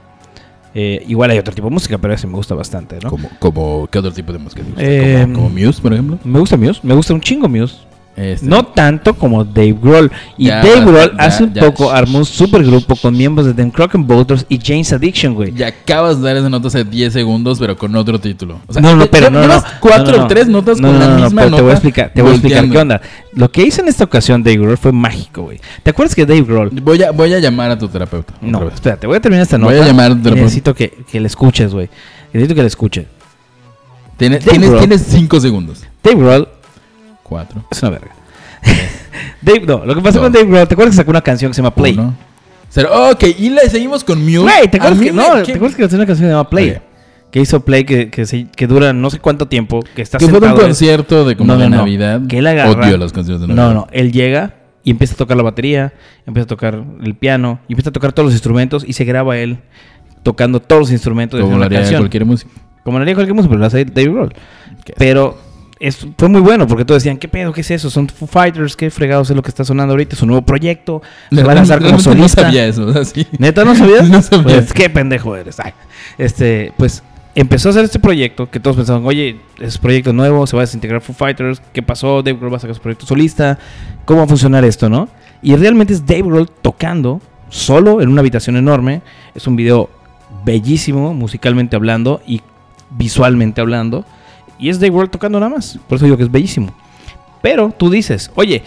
Eh, igual hay otro tipo de música, pero ese me gusta bastante, ¿no?
Como, como, ¿Qué otro tipo de música te gusta?
Eh,
como, como Muse, por ejemplo.
Me gusta Muse, me gusta un chingo Muse.
Este,
No tanto como Dave Grohl. Y
Ya,
Dave Grohl
ya,
hace un
ya.
poco armó un supergrupo con miembros de The Crock'n'Bolters y Jane's Addiction, güey.
Ya acabas de dar esa nota hace 10 segundos, pero con otro título. O sea,
no, no,
lle-
pero no, no,
llevas
no,
cuatro
no, no.
o tres notas
No,
con
no,
la
no, no,
misma
pero
nota.
Te voy a explicar, te voy a explicar qué
volteando.
onda. Lo que hizo en esta ocasión Dave Grohl fue mágico, güey. ¿Te acuerdas que Dave Grohl?
Voy a, voy a llamar a tu terapeuta. otra
No,
vez.
espérate, voy a terminar esta nota.
Voy a llamar,
y
te lo prometo.
Necesito que, que le escuches, güey. Necesito que le escuches.
Tienes,
Dave
tienes,
Grohl.
tienes cinco segundos.
Dave Grohl
Cuatro.
es una verga. Dave, no, lo que pasó
Dos.
con Dave Grohl, ¿te acuerdas que sacó una canción que se llama Play?
Uno. Cero. Ok, y le seguimos con Muse.
Güey, ¿te
A
acuerdas
mí
que
me-
no? ¿Te
¿qué-
acuerdas que hizo una canción que se llama Play?
Ok.
Que hizo Play que, que, se- que dura no sé cuánto tiempo, que está
Que fue de un
sentado, ¿eh?
concierto de como
No,
de
no, no.
Navidad.
Que él agarra-
Odio las canciones de Navidad.
No, no, él llega y empieza a tocar la batería, empieza a tocar el piano, y empieza a tocar todos los instrumentos y se graba él tocando todos los instrumentos de
Como lo
una
haría
canción.
cualquier música.
Como lo haría cualquier músico, pero lo hace Dave Grohl.
Qué
Pero es- fue muy bueno porque todos decían, ¿qué pedo? ¿Qué es eso? Son Foo Fighters, ¿qué fregados es lo que está sonando ahorita? Es un nuevo proyecto, se va a lanzar como
Realmente No
solista.
sabía eso, o sea, sí.
¿Neta no sabías?
No sabía.
Pues qué pendejo eres. Ay. Este, pues empezó a hacer este proyecto que todos pensaban, oye, es proyecto nuevo, se va a desintegrar Foo Fighters, ¿qué pasó? Dave Grohl va a sacar su proyecto solista, ¿cómo va a funcionar esto, no? Y realmente es Dave Grohl tocando solo en una habitación enorme. Es un video bellísimo, musicalmente hablando y visualmente hablando. Y es Dave Grohl tocando nada más. Por eso digo que es bellísimo. Pero tú dices, oye,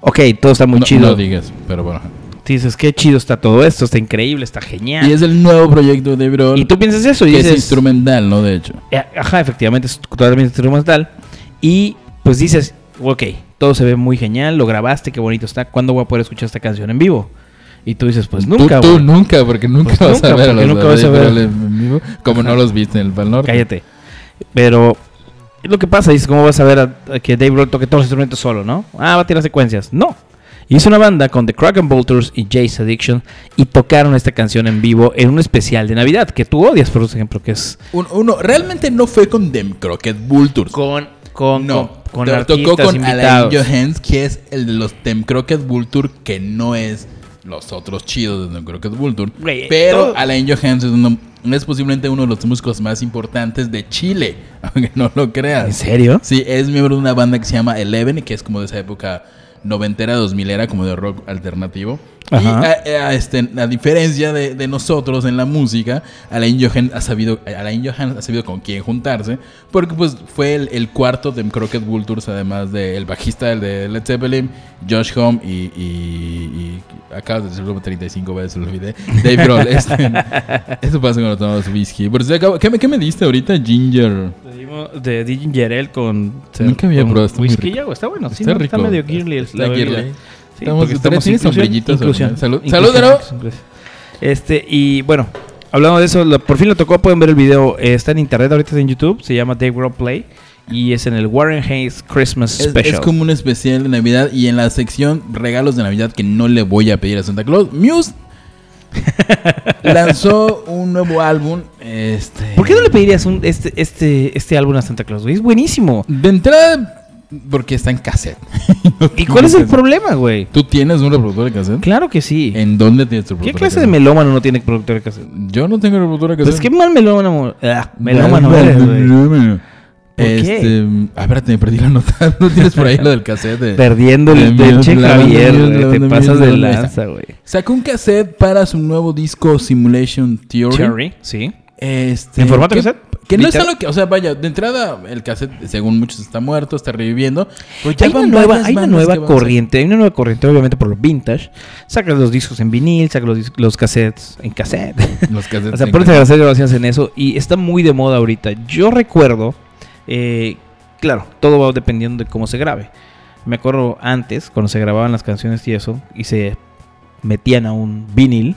ok, todo está muy
no,
chido.
no digas, pero bueno.
Dices, qué chido está todo esto, está increíble, está genial.
Y es el nuevo proyecto de Bro.
Y tú piensas eso y
que es
dices.
instrumental, ¿no? De hecho.
eh, Ajá, efectivamente, es totalmente instrumental. Y pues dices, ok, todo se ve muy genial, lo grabaste, qué bonito está. ¿Cuándo voy a poder escuchar esta canción en vivo? Y tú dices, pues nunca,
Tú, tú
güey.
nunca, porque nunca
Pues
vas
nunca,
a ver a los
porque nunca vas a
Dave
ver.
Grohl en vivo, Como no los viste en el Pal Norte.
cállate. Pero es lo que pasa, dices, ¿cómo vas a ver a- a que Dave Grohl toque todos los instrumentos solo, no? Ah, va a tirar secuencias. No. Hizo una banda con The Crack and Bolters y Jace Addiction y tocaron esta canción en vivo en un especial de Navidad que tú odias, por ejemplo, que es
Un- uno, realmente no fue con Dem Crockett Vultures.
con con
no,
con, con
to-
artistas
tocó con Alain
invitados.
Johans, que es el de los Dem Crockett Vulture, que no es los otros chidos de Dem Crockett Vulture.
Güey,
pero
todo-
Alain Johans es, uno- es posiblemente uno de los músicos más importantes de Chile, aunque no lo creas.
¿En serio?
Sí, es miembro de una banda que se llama Eleven, que es como de esa época noventera, dos milera, como de rock alternativo. Y
Ajá.
a, a este, a diferencia de, de nosotros en la música, Alain Johan ha sabido, Alain Johan ha sabido con quién juntarse, porque pues fue el, el cuarto de Crockett Vultures, además del bajista del de Led Zeppelin, Josh Home y, y- y- acabas de decirlo como 35 veces, lo olvidé, Dave Grohl. Este, eso pasa cuando tomamos whisky. Por si acabo- ¿qué, me- ¿Qué me diste ahorita, Ginger?
De Ginger Ale con.
Nunca había
con
probado, está muy
Whisky
rico.
ya, güey, Está bueno, sí,
Está
¿no? Está
rico.
medio girly. el-
Está
la bebida.
girly.
Sí,
Estamos-
porque estamos
¿tienes
inclusión-
sombrillitos o
Inclusión.
no? Salud-
inclusión,
salud, Aro.
inclusión. Este, y bueno, hablando de eso, lo- por fin lo tocó. Pueden ver el video. eh, Está en internet, ahorita está en YouTube. Se llama Dave Grohl Play. Y es en el Warren Hayes Christmas
Es,
Special.
es como un especial de Navidad y en la sección regalos de Navidad que no le voy a pedir a Santa Claus, Muse lanzó un nuevo álbum. Este,
¿Por qué no le pedirías un, este, este, este álbum a Santa Claus, güey? Es buenísimo.
De entrada, porque está en cassette. No
¿Y cuál
tiene
es el
cassette.
problema, güey?
¿Tú tienes un reproductor de cassette?
Claro que sí.
¿En dónde tienes tu
¿Qué
reproductor
clase de
cassette?
melómano no tiene productor de cassette?
Yo no tengo reproductor de cassette.
Pues qué mal melómano. Ah, melómano eres, güey.
Melómano.
¿Por qué?
Este, a ver, te perdí la nota. ¿No tienes por ahí lo del cassette? de-
Perdiendo
de
el del
Muse,
Che
la banda
Javier,
Muse,
güey,
la
Te
banda
pasas
Muse,
de
la banda-
lanza, güey.
Sacó un cassette para su nuevo disco Simulation Theory.
sí.
Este,
¿En formato
que-
cassette?
Que no
Literal.
está lo que. O sea, vaya, de entrada, el cassette, según muchos, está muerto, está reviviendo. Pero ya
Hay una
van
nueva,
varias
hay una
bandas que
nueva
van a-
corriente, hay una nueva corriente, obviamente por los vintage. Saca los discos en vinil, saca los, dis- los cassettes en cassette.
Los cassettes.
o sea,
en
por
cassette.
hacer grabaciones en eso. Y está muy de moda ahorita. Yo recuerdo eh, claro, todo va dependiendo de cómo se grabe. Me acuerdo antes, cuando se grababan las canciones y eso, y se metían a un vinil,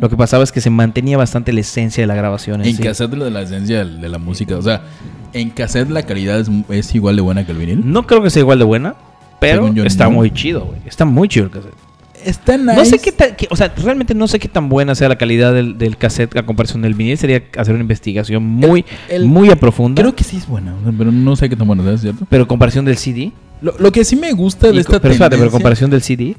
lo que pasaba es que se mantenía bastante la esencia de la grabación. en
En
sí.
cassette la, la esencia de, de la música. O sea, en cassette la calidad es, es igual de buena que el vinil.
No creo que sea igual de buena, pero
Según yo,
está
no.
muy chido, güey. Está muy chido el cassette.
Está nice.
No sé qué tan, qué- o sea, realmente no sé qué tan buena sea la calidad del, del cassette a comparación del vinil. Sería hacer una investigación muy,
El- el-
muy a profunda.
Creo que sí es buena, o sea, pero no sé qué tan buena es, ¿cierto?
Pero comparación del CD.
Lo, lo que sí me gusta de
y co-
esta
pero espérate, pero
tendencia-
comparación del CD.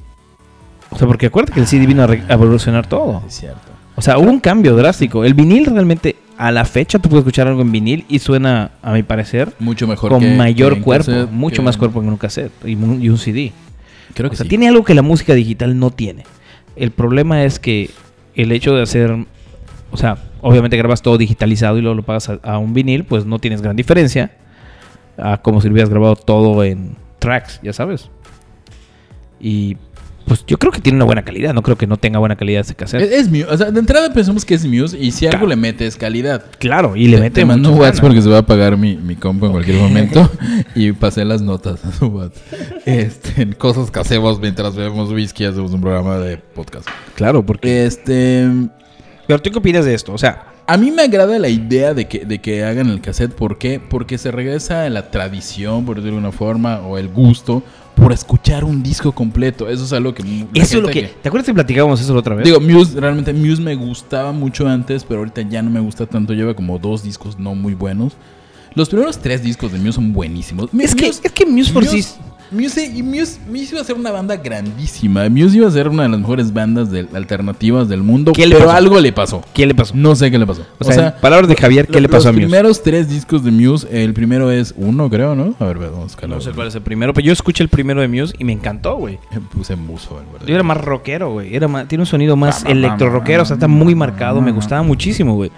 O sea, porque acuérdate que el CD vino a, re- a evolucionar todo.
Es cierto.
O sea, hubo un cambio drástico. El vinil realmente, a la fecha, tú puedes escuchar algo en vinil y suena, a mi parecer,
Mucho mejor
con
que-
mayor
que en
cuerpo.
cassette,
mucho
que-
más cuerpo que en un cassette y un, y un CD.
Creo que
O sea,
sí.
tiene algo que la música digital no tiene. El problema es que el hecho de hacer, o sea, obviamente grabas todo digitalizado y luego lo pagas a, a un vinil, pues no tienes gran diferencia a como si lo hubieras grabado todo en tracks, ya sabes. Y pues yo creo que tiene una buena calidad, no creo que no tenga buena calidad este cassette.
Es, es Muse. O sea, de entrada pensamos que es Muse y si algo
Claro.
le mete es calidad.
claro, y le
Te-
mete
te mando un
mucha
WhatsApp
lana.
porque se va a apagar mi, mi compu en cualquier momento y pasé las notas a su WhatsApp. Este, en cosas que hacemos mientras bebemos whisky hacemos un programa de podcast.
Claro, porque
Este,
Pero tú qué opinas de esto? O sea,
a mí me agrada la idea de que, de que hagan el cassette. ¿Por qué? Porque se regresa a la tradición, por decirlo de alguna forma, o el gusto por escuchar un disco completo. Eso es algo que... mu- la
eso es lo
gente
que, ¿te acuerdas que platicábamos eso la otra vez?
Digo, Muse, realmente Muse me gustaba mucho antes, pero ahorita ya no me gusta tanto. Lleva como dos discos no muy buenos. Los primeros tres discos de Muse son buenísimos. Mi-
es que es que Muse por sí
Muse, y Muse, Muse iba a ser una banda grandísima. Muse iba a ser una de las mejores bandas de, alternativas del mundo.
¿Qué le
pero
pasó?
algo le pasó.
¿Qué le pasó?
No sé qué le pasó.
O sea, en palabras de Javier, ¿qué
lo-
le pasó a
Los
Muse?
primeros tres discos de Muse, el primero es uno, creo, ¿no? A ver, vamos a buscarlo.
No sé cuál es el primero, pero yo escuché el primero de Muse y me encantó, güey.
Puse en buzo, el verdad.
Yo era más rockero, güey. Era más- tiene un sonido más electro-rockero, o sea, está muy marcado. Me gustaba muchísimo, güey.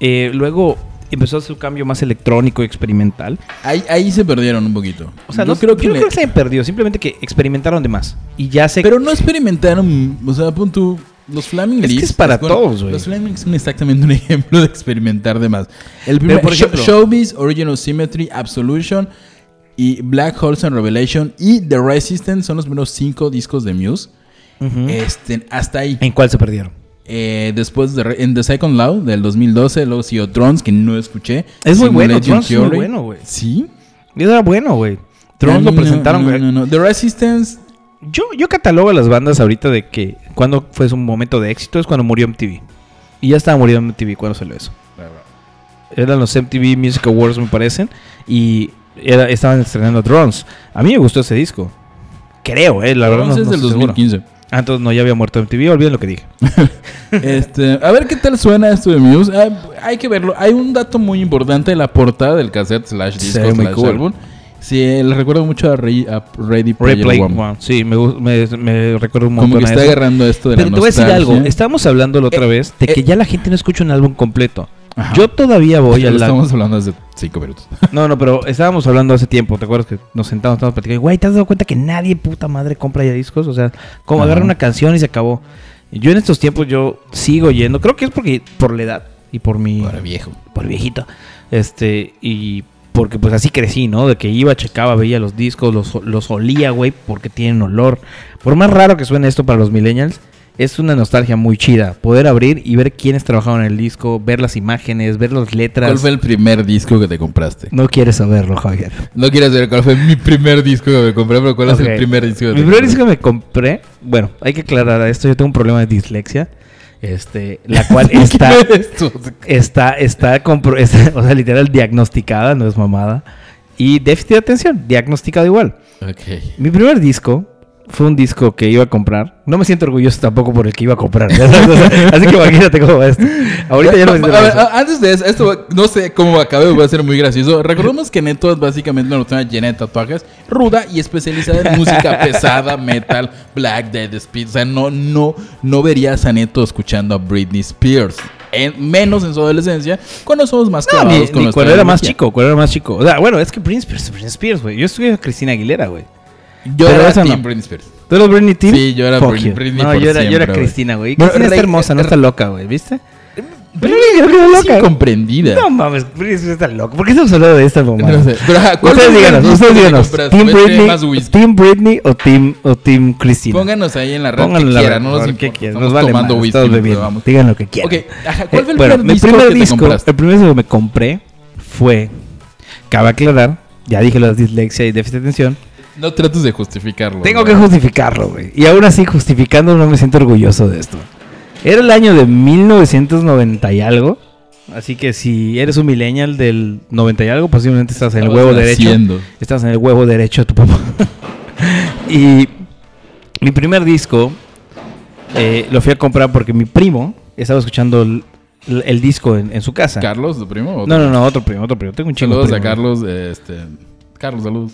Eh, luego empezó a hacer un cambio más electrónico y experimental.
Ahí, ahí se perdieron un poquito.
O sea,
Yo
no creo que,
le-
creo que se perdió, simplemente que experimentaron de más. Y ya se.
Pero no experimentaron, o sea, pon tú, Los Flaming
Es que
Lips.
es para
bueno,
todos, güey.
Los Flaming Lips son exactamente un ejemplo de experimentar de más. El primer,
por
Sho-
ejemplo-
Showbiz, Original Symmetry, Absolution y Black Holes and Revelation y The Resistance son los primeros cinco discos de Muse.
Ujú.
Este, hasta ahí.
¿En cuál se perdieron?
Eh, después de Re- en The Second Loud del 2012, luego siguió Drones, que no escuché.
Es muy bueno,
Simulation
Drones es muy
Theory.
bueno, güey.
Sí.
Y eso era bueno, güey. Drones
No,
lo presentaron,
no,
güey.
no, no. The Resistance
Yo, yo catalogo a las bandas ahorita de que cuando fue su momento de éxito es cuando murió MTV. Y ya estaba muriendo MTV cuando salió eso. Eran los MTV Music Awards, me parecen. Y era, estaban estrenando Drones. A mí me gustó ese disco. Creo, eh, la verdad.
Drones
No,
es
no
del
estoy seguro.
2015.
Ah, entonces no, ya había muerto MTV. Olviden lo que dije.
Este, a ver qué tal suena esto de Muse. Ah, hay que verlo. Hay un dato muy importante de la portada del cassette slash
Se
disco
ve muy
slash
cool.
álbum. Sí, eh, le recuerdo mucho a, Re- a Ready Player
Replay
One.
One. Sí, me, gu- me, me recuerdo un montón
Como que está
a eso.
agarrando esto de
Pero
la
te voy a decir
nostalgia.
algo. este Estábamos hablando la otra
Eh,
vez de que
eh.
ya la gente no escucha un álbum completo.
Ajá.
Yo todavía voy
Ya
a
lo
la...
estamos hablando hace cinco minutos.
No, no, pero estábamos hablando hace tiempo, ¿te acuerdas que nos sentamos, estábamos platicando? Güey, ¿te has dado cuenta que nadie puta madre compra ya discos? O sea, como
Ajá.
agarrar una canción y se acabó. Yo en estos tiempos yo sigo yendo, creo que es porque por la edad y por mi
Para viejo.
por viejito. Este, y porque pues así crecí, ¿no? De que iba, checaba, veía los discos, los, los olía, güey, porque tienen olor. Por más raro que suene esto para los millennials, es una nostalgia muy chida. Poder abrir y ver quiénes trabajaron en el disco, ver las imágenes, ver las letras.
¿Cuál fue el primer disco que te compraste?
No quieres saberlo, Javier.
No quieres saber cuál fue mi primer disco que me compré, pero ¿cuál es el
Ok.
primer disco que
Mi
te
primer
compraste?
disco que me compré, bueno, hay que aclarar esto, yo tengo un problema de dislexia, este, la cual está,
¿Qué es esto?
está, está, compro- está, o sea, literal diagnosticada, no es mamada, y déficit de atención, diagnosticado igual.
Ok.
Mi primer disco fue un disco que iba a comprar, no me siento orgulloso tampoco por el que iba a comprar, ya sabes, o sea, así que imagínate cómo va esto. Ahorita ya no me siento
A ver,
orgulloso.
a- antes de eso, esto va- no sé cómo acabe, va a ser muy gracioso. Recordemos que Neto es básicamente una persona llena de tatuajes, ruda y especializada en música pesada, metal, black, dead, speed. O sea, no, no, no verías a Neto escuchando a Britney Spears. En- menos en su adolescencia, cuando somos más
No,
clavados
ni-
con
ni
nuestra
cuando era más
ideología.
chico, cuando era más chico. O sea, bueno, es que Prince Spears, Prince Spears, güey. Yo estuve con Cristina Aguilera, güey.
Yo
Pero
era
esa no.
Team Britney Spears.
¿Tú eras Britney Team?
Sí, yo era
Fuck
Britney-
you.
Britney
No,
por
yo era, yo
siempre,
era
güey.
Cristina, güey.
Bueno,
Cristina está
reg-
hermosa, no
re-
está loca, güey, ¿viste? Britney creo que
es
está loca.
incomprendida.
No mames, Britney Spears está loca. ¿Por qué estamos hablando de esta mamá?
No sé. Pero, ajá, ¿cuál
ustedes
fue el
díganos,
whisky
ustedes
que
díganos.
compraste?
¿Team
Vete
Britney,
más whisky.
team Britney o Team, o team Christina?
Pónganos ahí en la red
Pónganlo
que
en la
quieran,
red,
no nos
por
importa.
que quieran,
Estamos
nos vale
tomando
madre,
whisky,
estamos
pero
bebiendo.
vamos.
Digan lo que quieran.
Ok, ajá, ¿cuál
Eh,
fue el
bueno,
primer
mi
disco
primer
que te
disco,
compraste?
el primer disco que me compré fue, cabe aclarar, ya dije lo de dislexia y déficit de atención,
No trates de justificarlo.
tengo
güey.
que justificarlo, güey. Y aún así, justificando, no me siento orgulloso de esto. Era el año de 1990 y algo. Así que si eres un millennial del 90 y algo, posiblemente estás en el
Estabas
huevo
naciendo.
derecho. Estás en el huevo derecho de tu papá. y mi primer disco eh, lo fui a comprar porque mi primo estaba escuchando el, el disco en, en su casa.
¿Carlos, tu primo?
no, no, no, otro primo, otro primo. Tengo un chingo de
Saludos a
primos.
Carlos, este... Carlos, saludos.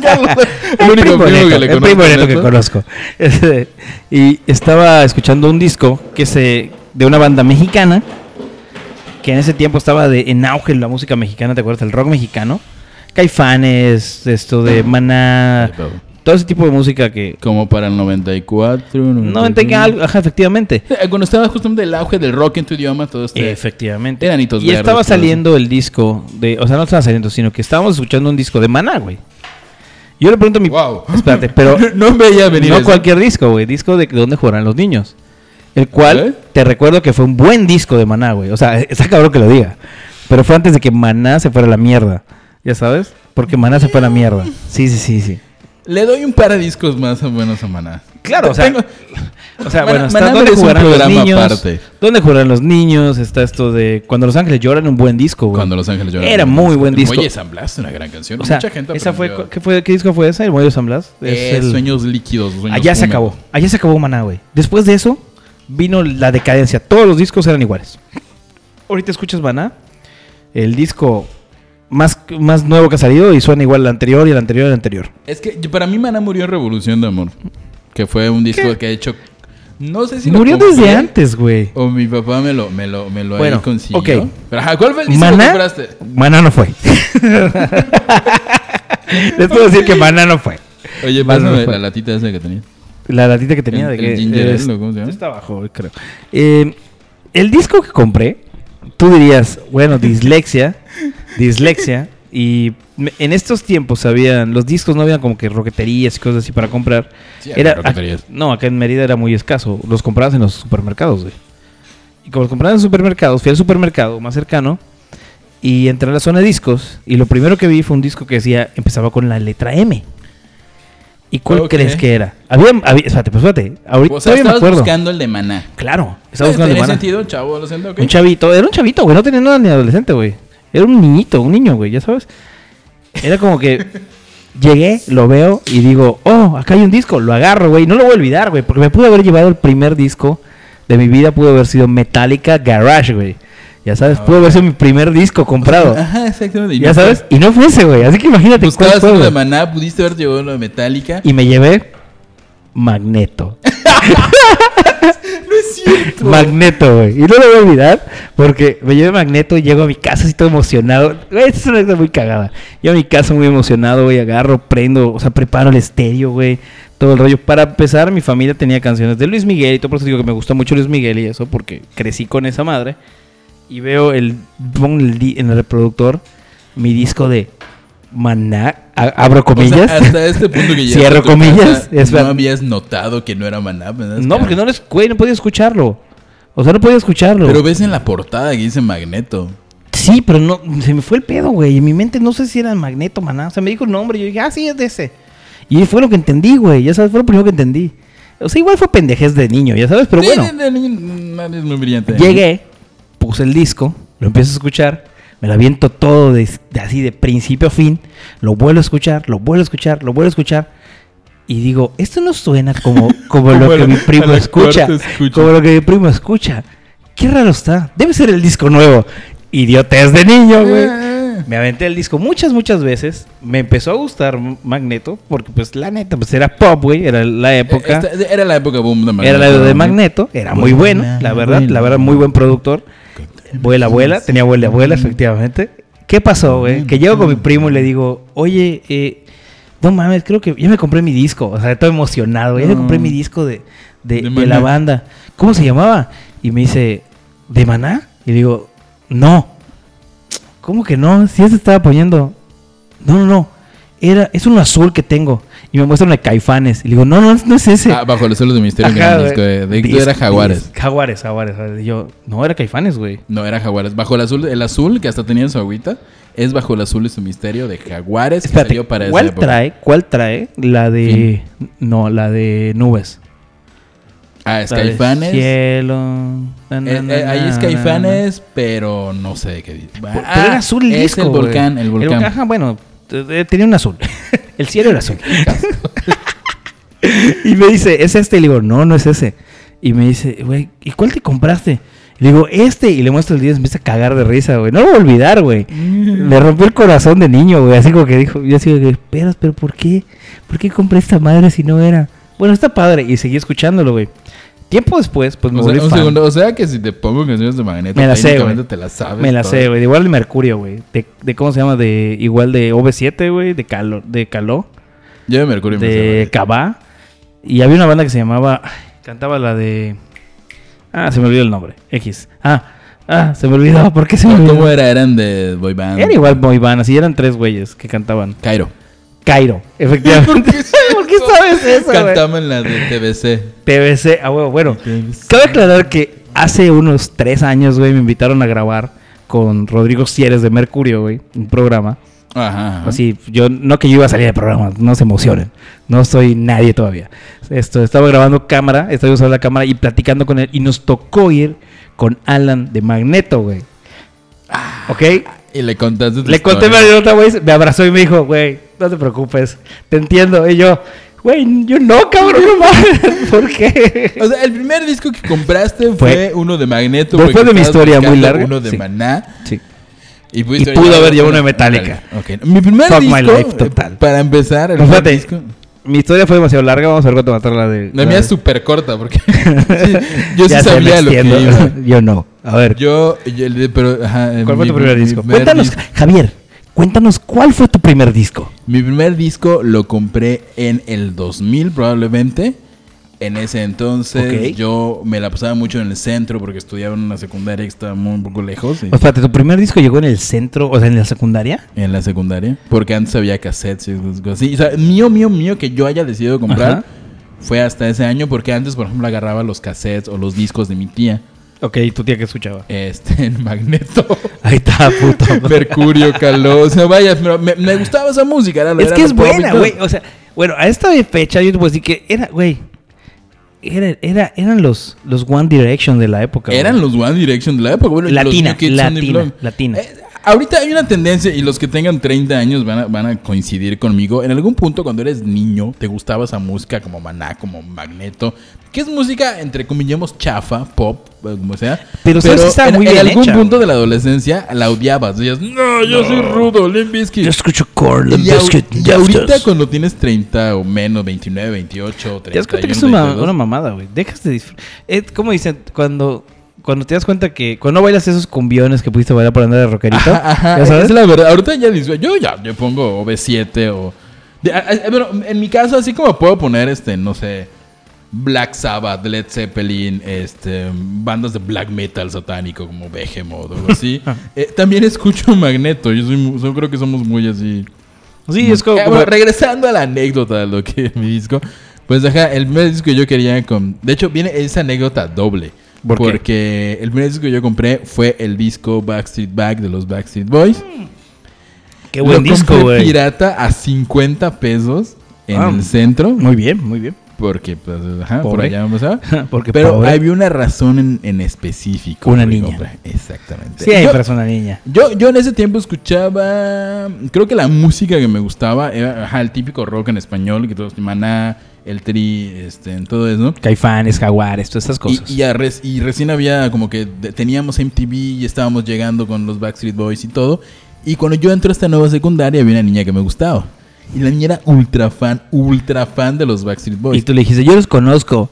Carlos,
el, primo neto, el primo
conozco,
neto que
neta.
conozco. Este, y estaba escuchando un disco que se de una banda mexicana que en ese tiempo estaba de, en auge la música mexicana, ¿te acuerdas? El rock mexicano. Caifanes, esto de Maná, todo ese tipo de música que...
Como para el 94,
90 y algo, ajá, efectivamente.
Eh, Cuando estaba justamente el auge del rock en tu idioma, todo este...
Efectivamente.
Eran hitos
y
verdes,
estaba
todo
saliendo el disco de, o sea, no estaba saliendo, sino que estábamos escuchando un disco de Maná, güey. Yo le pregunto a mi...
Wow.
Espérate, pero
no veía venir
No
eso.
cualquier disco, güey. Disco de donde jugarán los niños. El cual,
¿Eh?
te recuerdo que fue un buen disco de Maná, güey. O sea, está cabrón que lo diga. Pero fue antes de que Maná se fuera a la mierda. ¿Ya sabes? Porque Maná se fue a la mierda. Sí, sí, sí, sí.
Le doy un par de discos más o menos a Maná.
Claro, o sea,
Tengo-
O sea,
Maná-
bueno, está
Maná
donde
merece un
jugarán los
programa
niños.
aparte.
¿Dónde jugarán los niños? Está esto de Cuando los ángeles lloran, un buen disco, güey.
Cuando Los Ángeles lloran.
Era muy buen disco.
Oye, San Blas es una gran canción.
o sea,
Mucha gente
esa fue,
aprendió.
¿qué, fue, ¿qué disco fue esa? El Moyo de San Blas. Es
Eh,
el-
Sueños líquidos. sueños
Allá se
húmedos.
acabó. Allá se acabó Maná, güey. Después de eso, vino la decadencia. Todos los discos eran iguales. Ahorita escuchas Maná, el disco más, más nuevo que ha salido y suena igual al anterior y al anterior y al anterior.
Es que yo- para mí Maná murió en Revolución de Amor. Que fue un disco que ha hecho... No sé si lo
Murió
compré
desde antes, güey.
O mi papá me lo, me lo, me lo ahí
Bueno,
consiguió.
ok.
Pero, ajá, ¿cuál fue el disco que
Maná,
compraste?
Maná no fue. Les puedo decir que Maná no fue.
Oye,
Maná no
pásame
fue.
la latita esa que tenías.
La latita que tenía
El-
de
el
que.
ginger ale,
es-
¿o cómo se llama?
Está abajo, creo. Eh, el disco que compré, tú dirías, bueno, dislexia, dislexia. Y me- en estos tiempos habían, los discos no habían como que roqueterías y cosas así para comprar.
Sí, había
ac-
roqueterías.
no, acá en Mérida era muy escaso. Los comprabas en los supermercados, güey. Y como los comprabas en supermercados, fui al supermercado más cercano y entré a la zona de discos. Y lo primero que vi fue un disco que decía, empezaba con la letra M. ¿Y cuál
Ok.
crees que era? Había, había- espérate, pues espérate. Ahorita
O sea,
todavía me
estabas
acuerdo.
buscando el de Maná.
Claro, estaba
¿Tiene
buscando a mi hermana.
sentido, chavo? Lo siento, ok.
Un chavito, era un chavito, güey, no tenía nada ni adolescente, güey. Era un niñito, un niño, güey, ya sabes. Era como que llegué, lo veo y digo, oh, acá hay un disco, lo agarro, güey, no lo voy a olvidar, güey, porque me pude haber llevado el primer disco de mi vida, pudo haber sido Metallica Garage, güey. Ya sabes, pudo haber sido mi primer disco comprado.
Ajá, exactamente. Y
ya
no fue-
sabes, y no fue ese, güey, así que imagínate cuál
Buscabas
fue,
uno de
güey.
Maná, pudiste haber llevado uno de Metallica.
Y me llevé Magneto.
No es cierto.
Magneto, güey. Y no lo voy a olvidar porque me llevé Magneto y llego a mi casa así todo emocionado. Güey, esta es una cosa muy cagada. Llego a mi casa muy emocionado, güey. Agarro, prendo, o sea, preparo el estéreo, güey. Todo el rollo. Para empezar, mi familia tenía canciones de Luis Miguel y todo por eso digo que me gusta mucho Luis Miguel y eso porque crecí con esa madre. Y veo el, pongo el di- en el reproductor mi disco de Maná, a- abro
O sea,
comillas.
hasta este punto que ya
Cierro comillas.
no
Espera.
habías notado que no era Maná. ¿verdad?
No, porque no, les, güey, no podía escucharlo. O sea, no podía escucharlo.
Pero ves en
mm.
la portada que dice Magneto.
Sí, pero no, se me fue el pedo, güey. En mi mente no sé si era Magneto Maná. O sea, me dijo el nombre y yo dije, ah, sí, es de ese. Y fue lo que entendí, güey. Ya sabes, fue lo primero que entendí. O sea, igual fue pendejez de niño, ya sabes, pero
Sí,
bueno.
de- de niño, mm, es muy brillante.
Llegué, puse el disco, lo empiezo a escuchar, me lo aviento todo de, de así de principio a fin, lo vuelvo a escuchar, lo vuelvo a escuchar, lo vuelvo a escuchar. Y digo, esto no suena como, como lo
Como
que
la-
mi
a
primo
la
escucha.
cuarta escucha.
Como lo que mi primo escucha. Qué raro está. Debe ser el disco nuevo. Idiotez de niño, güey. Eh,
Ah.
Me aventé el disco muchas, muchas veces. Me empezó a gustar Magneto. Porque, pues, la neta, pues era pop, güey. Era la época.
eh, Esta- era la época boom de Magneto.
Era la de Magneto, era muy
Pues, Buena,
bueno, la verdad,
buena.
la verdad, muy buen productor. Abuela, abuela, tenía abuela, abuela, efectivamente. ¿Qué pasó, güey? Que llego con mi primo y le digo, oye, eh, no mames, creo que ya me compré mi disco, o sea, todo emocionado, ya me compré mi disco de, de-
Ah. De
de
Maná.
la banda. ¿Cómo se llamaba? Y me dice, ¿de maná? Y le digo, no. ¿Cómo que no? Si ya se estaba poniendo. No, no, no. Era, es uno azul que tengo. Y me muestra una de caifanes. Y le digo, no, no, no es ese.
Ah, bajo los suelos de misterio.
Ajá,
mira,
güey.
disco de- de-
Disc-
eh, era Jaguares.
disc- Jaguares, Jaguares. Jaguares. Y yo, no, era Caifanes, güey.
No, era Jaguares. Bajo el azul, el azul que hasta tenía en su agüita, es bajo el azul y su misterio de Jaguares que
Espérate,
salió para esa
¿cuál
época.
trae? ¿Cuál trae? La de... No, la de nubes.
Ah,
La de
Skyfanes.
Cielo. na, na,
Eh,
na,
eh, ahí
na,
es
na,
Caifanes, pero no sé de qué dice.
na. Pero era azul
Ah, es
disco,
el
güey.
volcán, el volcán.
ajá, bueno, eh, eh, tenía un azul. el cielo era azul. y me dice, ¿es este? Y le digo, no, no es ese. Y me dice, güey, ¿y cuál te compraste? Le digo, este. Y le muestro el día y se empieza a cagar de risa, güey. No lo voy a olvidar, güey. Me rompió el corazón de niño, güey. Así como que dijo, yo así como que, esperas, pero ¿por qué? ¿Por qué compré esta madre si no era? Bueno, está padre. Y seguí escuchándolo, güey. Tiempo después, pues me
O sea,
volví
un
fan.
segundo, o sea que si te pongo canciones de Magneto,
Me la sé,
técnicamente
güey.
te las sabes.
Me la
todas.
sé, güey. De Igual el Mercurio, güey. De, de cómo se llama, de igual de OV7, güey, de Caló, de Caló,
Yo de Mercurio me sé,
de
güey.
Cabá. Y había una banda que se llamaba ay, cantaba la de Ah, se me olvidó el nombre. X. Ah, ah, se me olvidó, ¿por qué se me
No, ¿Cómo
olvidó?
era? Eran de Boy Band.
Era igual boy band, así eran tres güeyes que cantaban.
Cairo.
Cairo, efectivamente. ¿Por qué sabes eso, güey?
Cantaban la de TBC.
TBC, ah, huevo, bueno. Cabe aclarar que hace unos tres años, güey, me invitaron a grabar con Rodrigo Cieres de Mercurio, güey, un programa.
Ajá. ajá.
Así, yo no que yo iba a salir del programa, no se emocionen. No soy nadie todavía. Esto, estaba grabando cámara, estaba usando la cámara y platicando con él. Y nos tocó ir con Alan de Magneto, güey. ¿Ok?
Y le contaste tu
Le conté mi
Ah, pues,
anécdota,
historia.
güey. Me abrazó y me dijo, güey, no te preocupes, te entiendo. Y yo, güey, yo no, cabrón, no mames. ¿Por qué?
O sea, el primer disco que compraste fue,
Fue-
uno de Magneto.
Después
porque
de mi
estabas
historia muy
buscando
larga,
Uno de
sí.
Maná.
Sí.
Y,
Y pudo haber llevado uno de Metallica.
Ok. Mi primer
Fuck
disco.
my life,
eh,
total.
Para empezar, el
No,
primer
espérate.
disco.
Pues Mi historia fue demasiado larga, vamos a ver cuánto va a estar la de.
La
la
mía
de-
es súper corta porque sí, yo sí
Ya sé, me
sabía lo que
extiendo.
iba.
Yo no. A ver,
Yo, yo le- pero, ajá, eh,
¿cuál fue
mi-
tu primer
mi
disco? Cuéntanos,
disco-
Javier, cuéntanos cuál fue tu primer disco.
Mi primer disco lo compré en el 2000 probablemente. En ese entonces
Ok.
yo me la pasaba mucho en el centro porque estudiaba en una secundaria que estaba muy un poco lejos. y-
O sea, ¿tu primer disco llegó en el centro, o sea, en la secundaria?
En la secundaria. Porque antes había cassettes y esas cosas así. O sea, mío, mío, mío que yo haya decidido comprar
Ajá.
fue hasta ese año. Porque antes, por ejemplo, agarraba los cassettes o los discos de mi tía.
Ok, ¿y tu tía que escuchaba?
Este, en magneto.
Ahí está, puto.
Mercurio, calor. O sea, vaya, pero me, me gustaba esa música. Era,
es
era
que
lo
es
pop y
buena,
todo.
güey. O sea, bueno, a esta fecha yo te puedo decir que era, güey. Era, era, eran los, los One Direction de la época. güey.
Eran los One Direction de la época, güey.
Latina,
los New Kids on the
latina,
Block.
latina.
Eh, ahorita hay una tendencia, y los que tengan 30 años van a, van a coincidir conmigo. En algún punto, cuando eres niño, te gustaba esa música como Maná, como Magneto, que es música, entre comillemos, chafa, pop, eh, como sea.
Pero sabes que estaba
en,
muy
en
bien
algún
hecha,
punto
güey.
de la adolescencia la odiabas. Decías, no, yo soy rudo, Limp Bizkit".
Yo escucho Core, Limp
Y, au-
Bizkit,
y
Justice.
ahorita cuando tienes 30 o menos, 29, 28, 30.
Te das cuenta que es una, una mamada, güey. Dejas de disfrutar. Es como dicen, cuando, cuando te das cuenta que. Cuando no bailas esos cumbiones que pudiste bailar por andar de rockerito.
Ajá, ajá,
ya sabes.
Ah, Es la verdad. Ahorita ya dice, yo ya, yo pongo OB7 o. de- a- a- bueno, en mi caso, así como puedo poner este, no sé. Black Sabbath, Led Zeppelin, este, bandas de black metal satánico como Behemoth o algo así. Eh, también escucho Magneto. Yo, soy mu- yo creo que somos muy así.
Sí, es como.
Eh, bueno, regresando a la anécdota de lo que es mi disco. Pues ajá, el primer disco que yo quería con. De hecho, viene esa anécdota doble.
¿Por qué?
porque el primer disco que yo compré fue el disco Backstreet Back de los Backstreet Boys.
qué buen
lo
disco,
compré
güey.
pirata a 50 pesos en
Ah.
el centro.
Muy bien, muy bien.
Porque, pues, ajá, por
Pobre.
allá vamos a.
Porque
Pero
pobre.
había una razón en, en específico.
Una
por la que
niña.
compré. Exactamente.
Sí, hay
Yo-
persona niña.
yo, yo en ese tiempo escuchaba. Creo que la música que me gustaba era ajá, el típico rock en español, que todos maná, el tri, este, en todo eso.
Caifanes, jaguares, todas estas
Y,
cosas.
y, a res- y recién había como que de- teníamos MTV y estábamos llegando con los Backstreet Boys y todo. Y cuando yo entro a esta nueva secundaria había una niña que me gustaba. Y la niña era ultra fan, ultra fan de los Backstreet
Y
Boys.
tú le dijiste, yo los conozco.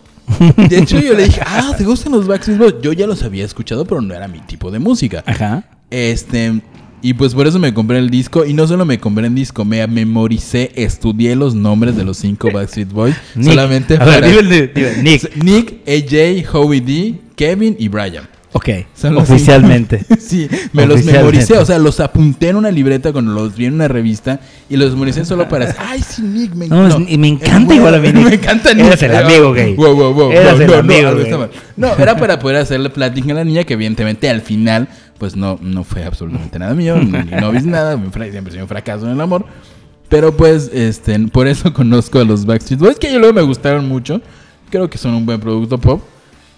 De hecho yo le dije, ah, ¿te gustan los Backstreet Boys? Yo ya los había escuchado, pero no era mi tipo de música.
Ajá.
Este, y pues por eso me compré el disco. Y no solo me compré el disco, me memoricé, estudié los nombres de los cinco Backstreet Boys.
Nick.
Solamente
A ver, dime el de- dime, Nick.
Nick, AJ, Howie D, Kevin y Brian.
Ok,
Son los
oficialmente.
cinco. sí, me los
Oficialmente.
memoricé. O sea, los apunté en una libreta cuando los vi en una revista y los memoricé solo para. ¡Ay, sí, Nick! Me,
No, es- y me encanta igual a mí, Nick.
Me encanta Nick.
Eres el amigo gay.
Wow, wow, wow.
Eres
no,
el
no,
amigo
no, algo
gay.
está mal. No, era para poder hacerle plática a la niña que, evidentemente, al final, pues no, no fue absolutamente nada mío. ni- ni No vi nada. me fra- Siempre soy un fracaso en el amor. Pero pues, este, por eso conozco a los Backstreet Boys, que yo luego me gustaron mucho. Creo que son un buen producto pop.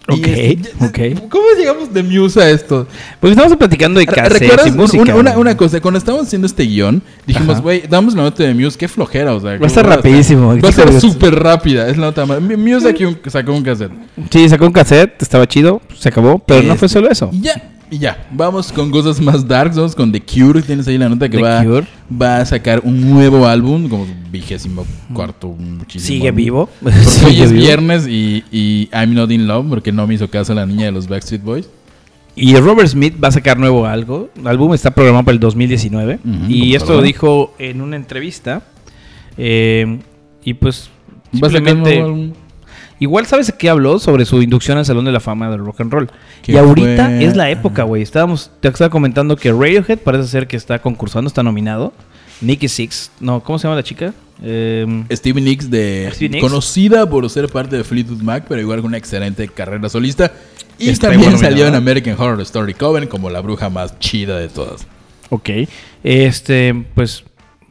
Y,
Ok,
este,
ok.
¿Cómo llegamos de Muse a esto?
Porque Pues estamos platicando de
Re-
cassettes
¿Recuerdas
y música.
una, una,
güey.
una cosa? Cuando estábamos haciendo este guión, dijimos,
Ajá.
güey, damos la nota de Muse, qué flojera, o sea.
Va a estar
como-
rapidísimo.
Va a
Hijo de-
ser súper rápida, es la nota más. M- Muse aquí un- sacó un cassette.
Sí, sacó un cassette, estaba chido, se acabó, pero no
Este,
fue solo eso.
Y ya, y ya. Vamos con cosas más darks, vamos con The Cure, tienes ahí la nota que
The
va,
Cure.
va a sacar un nuevo álbum, como vigésimo cuarto, muchísimo.
Sigue
álbum.
vivo.
Porque
Sigue
hoy es
vivo.
viernes y, y I'm Not In Love, porque no me hizo caso la niña de los Backstreet Boys.
Y Robert Smith va a sacar nuevo algo. El álbum está programado para el 2019.
Ujú,
y
como
esto
todo.
lo dijo en una entrevista. Eh, y pues
Va a sacar un nuevo
simplemente...
álbum.
Igual sabes que habló sobre su inducción al Salón de la Fama del Rock and Roll.
Que
Y ahorita
fue-
es la época, güey. Estábamos, te estaba comentando que Radiohead parece ser que está concursando, está nominado. Nicky Six, no, ¿cómo se llama la chica? Eh,
Stevie Nicks de
Stevie Nicks.
conocida por ser parte de Fleetwood Mac, pero igual con una excelente carrera solista. Y
Está
también
igual
salió en
nominada.
American Horror Story Coven como la bruja más chida de todas.
ok. Este, pues,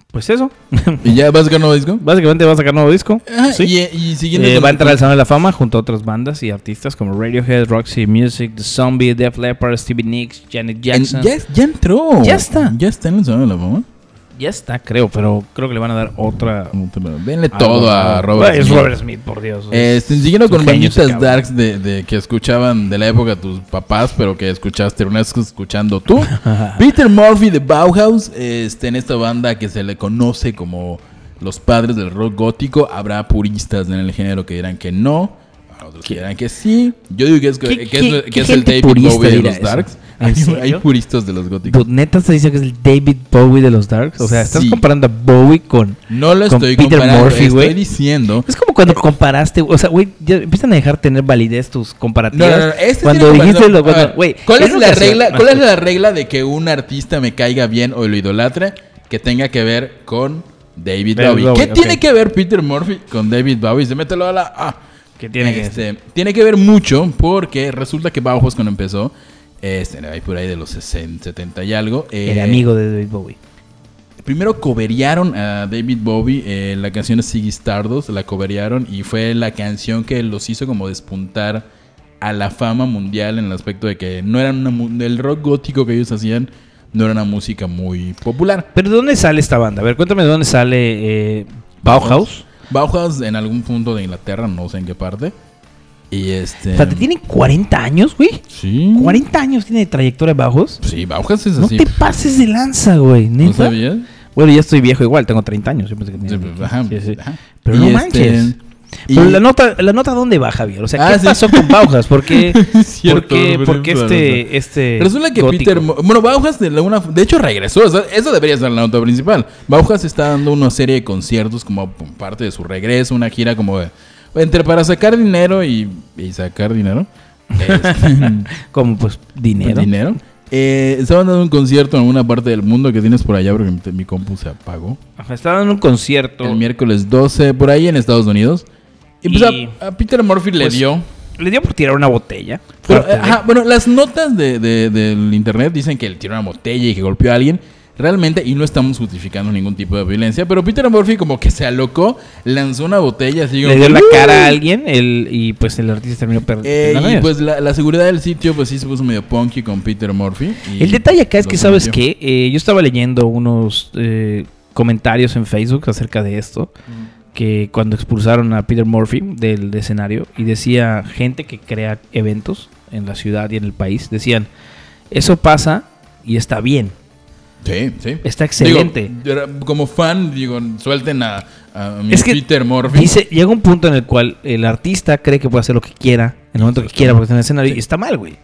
pues eso.
¿Y ya vas a sacar nuevo disco?
Básicamente va a sacar nuevo disco.
Ah,
Sí.
y, y siguiendo
Eh,
con-
va a entrar al Salón de la Fama junto a otras bandas y artistas como Radiohead, Roxy Music, The Zombie, Def Leppard, Stevie Nicks, Janet
en-
Jackson.
ya, ya entró.
Ya está.
Ya está en el Salón de la Fama.
Ya está, creo, pero creo que le van a dar otra.
Venle todo a
algo.
Robert.
Ah, Es
Smith.
Pues, Robert Smith, por Dios.
Este, siguiendo
Es
con
un Pues, genio ese
manitas
cabrón.
darks de, de que escuchaban de la época tus papás, pero que escuchaste, no estás escuchando tú. Peter Murphy de Bauhaus, este, en esta banda que se le conoce como los padres del rock gótico, habrá puristas en el género que dirán que no, a otros que dirán que sí. Yo digo que es, que-
¿Qué-
que es-
qué-
que
qué
es el
gente
David
purista
Bowie de
dirá
los
eso?
darks.
¿En
Hay,
serio?
hay puristas de los góticos.
Dude, neta se dice que es el David Bowie de los Darks. O sea, estás
Sí.
comparando a Bowie con.
No lo
Pues, con
estoy
Peter
comparando,
Murphy,
estoy
güey.
diciendo
Es como cuando comparaste, o sea, güey, ya empiezan a dejar tener validez tus
No,
comparativas.
no, no, este
cuando
tiene
dijiste
comparación.
lo,
A
cuando-
ver,
güey,
¿Cuál es,
lo
la
que hacía-
regla,
no,
cuál es
espera.
la regla de que un artista me caiga bien o lo idolatre que tenga que ver con David
David
Bowie?
Bowie,
¿Qué
ok.
tiene que ver Peter Murphy con David Bowie? Se mételo a la A.
Que tiene que
Este, tiene que ver mucho porque resulta que Bauhaus cuando empezó, este, era ahí por ahí de los 60, 70 y algo, eh,
El amigo de David Bowie.
Primero coverearon a David Bowie eh, la canción de Ziggy Stardust, la coverearon y fue la canción que los hizo como despuntar a la fama mundial en el aspecto de que no eran una mu- el rock gótico que ellos hacían no era una música muy popular.
Pero ¿de dónde sale esta banda? A ver, cuéntame de dónde sale eh, Bauhaus.
Bauhaus en algún punto de Inglaterra, no sé en qué parte. Y este
O sea, ¿te tienen 40 años, güey?
Sí.
40 años tiene de trayectoria Bauhaus.
Sí, Bauhaus es
No
así.
te pases de lanza, güey,
¿No
neta.
sabías?
bueno, ya estoy viejo igual, tengo 30 años. Yo pensé que
Sí,
tenía-
pues, ajá,
sí, sí.
ajá.
Pero
Y
no
este,
manches.
y-
Pero la nota, la nota ¿dónde va, Javier? O sea, ¿qué
Ah, sí.
pasó con Bauhaus? ¿Por qué, por
Cierto,
qué,
me
por qué
parece
este, este
Resulta que
gótico?
Peter. Mo- Bueno, Bauhaus de alguna. De hecho, regresó. o sea, esa debería ser la nota principal. Bauhaus está dando una serie de conciertos como parte de su regreso, una gira como. de- entre para sacar dinero y, y sacar dinero. Este,
Como pues dinero.
dinero. Eh, estaban dando un concierto en alguna parte del mundo que tienes por allá porque mi, mi compu se apagó.
Ajá, Estaba en un concierto.
El miércoles 12, por ahí en Estados Unidos. Y pues
Y-
a, a Peter Murphy le
pues,
dio.
Le dio por tirar una botella.
Pero, eh,
Fuerte, ¿eh?
ajá, bueno, las notas de- de- del internet dicen que él tiró una botella y que golpeó a alguien. Realmente, y no estamos justificando ningún tipo de violencia, pero Peter Murphy como que se alocó, lanzó una botella así.
le
como,
dio la
"Uh".
cara a alguien el, y pues el artista terminó
Eh,
perdiendo.
y pues la, la seguridad del sitio pues sí se puso medio punky con Peter Murphy. y
el detalle acá es
lo
que, ¿sabes
sometió.
qué? Eh, yo estaba leyendo unos eh, comentarios en Facebook acerca de esto. Que cuando expulsaron a Peter Murphy del, del escenario y decía gente que crea eventos en la ciudad y en el país, decían, eso pasa y está bien.
Sí, sí.
Está excelente.
Digo, yo era- como fan, digo, suelten a, a mi
Es que
Peter Murphy.
Dice, llega un punto en el cual el artista cree que puede hacer lo que quiera, en el momento que quiera, porque está en el escenario, y está mal, güey.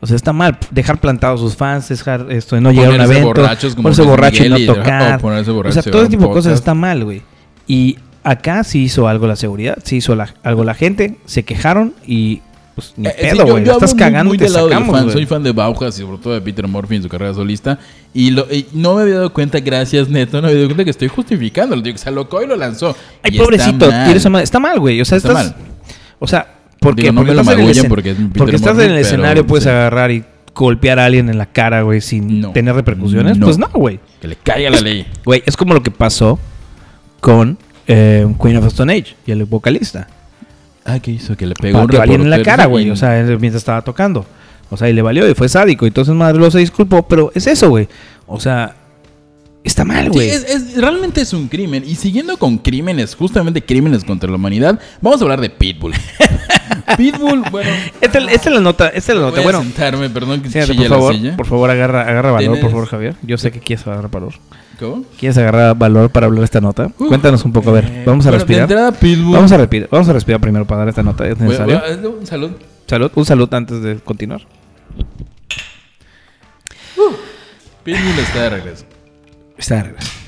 O sea, está mal dejar plantados sus fans, dejar esto de no llegar a un
Ponerse
evento,
borrachos como
ponerse
Luis
borracho y
Miguel
no
y-
tocar.
o ponerse
o
borracho y
sea,
grabar
todo
un
ese tipo de cosas
podcast.
está mal, güey. Y acá sí hizo algo la seguridad, sí hizo la- algo la gente, se quejaron y pues ni
Eh, sí,
pedo, güey. la
hablo
estás
muy-
cagando
muy
y te
del lado del
sacamos,
fan.
güey.
Soy fan de Bauhaus y sobre todo de Peter Murphy en su carrera solista. Y, lo- y no me había dado cuenta, gracias, Neto, no me había dado cuenta que estoy justificando. Lo digo, se alocó y lo lanzó.
Ay,
Y está
pobrecito,
mal.
tienes a madre. Está mal, güey. O sea,
Está
estás.
mal.
O sea, porque,
Digo, no me lo
estás en el
magullen
escen-
porque es Peter
porque estás
Morgan,
en el
pero,
escenario, puedes
sí.
agarrar y golpear a alguien en la cara, güey, sin
No.
tener repercusiones.
No.
Pues no, güey.
Que le caiga la ley.
Güey, es como lo que pasó con eh, Queen of the Stone Age y el vocalista.
Ah, ¿qué hizo? Que le pegó
Pateó a alguien en la
reportero,
cara,
sí,
güey.
y-
O sea, él mientras estaba tocando. O sea, y le valió y fue sádico. Y entonces madre lo se disculpó, pero es eso, güey. O sea, está mal,
Sí,
güey.
es- es- realmente es un crimen. Y siguiendo con crímenes, justamente crímenes contra la humanidad, vamos a hablar de Pitbull. Pitbull, bueno.
Esta, esta es la nota, esta es la
voy
nota.
a
Este, Bueno,
sentarme, perdón que
siéntate,
chille
por
la
favor.
silla.
Por favor, agarra, agarra valor, por
Tienes-
favor, Javier. Yo sé que quieres agarrar valor.
¿Cómo?
¿Quieres agarrar valor para hablar esta nota?
Uf.
Cuéntanos un poco, a ver.
Uh. Eh,
Vamos a
bueno, de
respirar.
entrada, Pitbull.
Vamos a respirar, vamos a respirar primero para dar esta nota. Es
Voy-
necesario.
voy a- un salud.
Salud, un salud antes de continuar.
Pitbull está de regreso.
Está de regreso. Sí.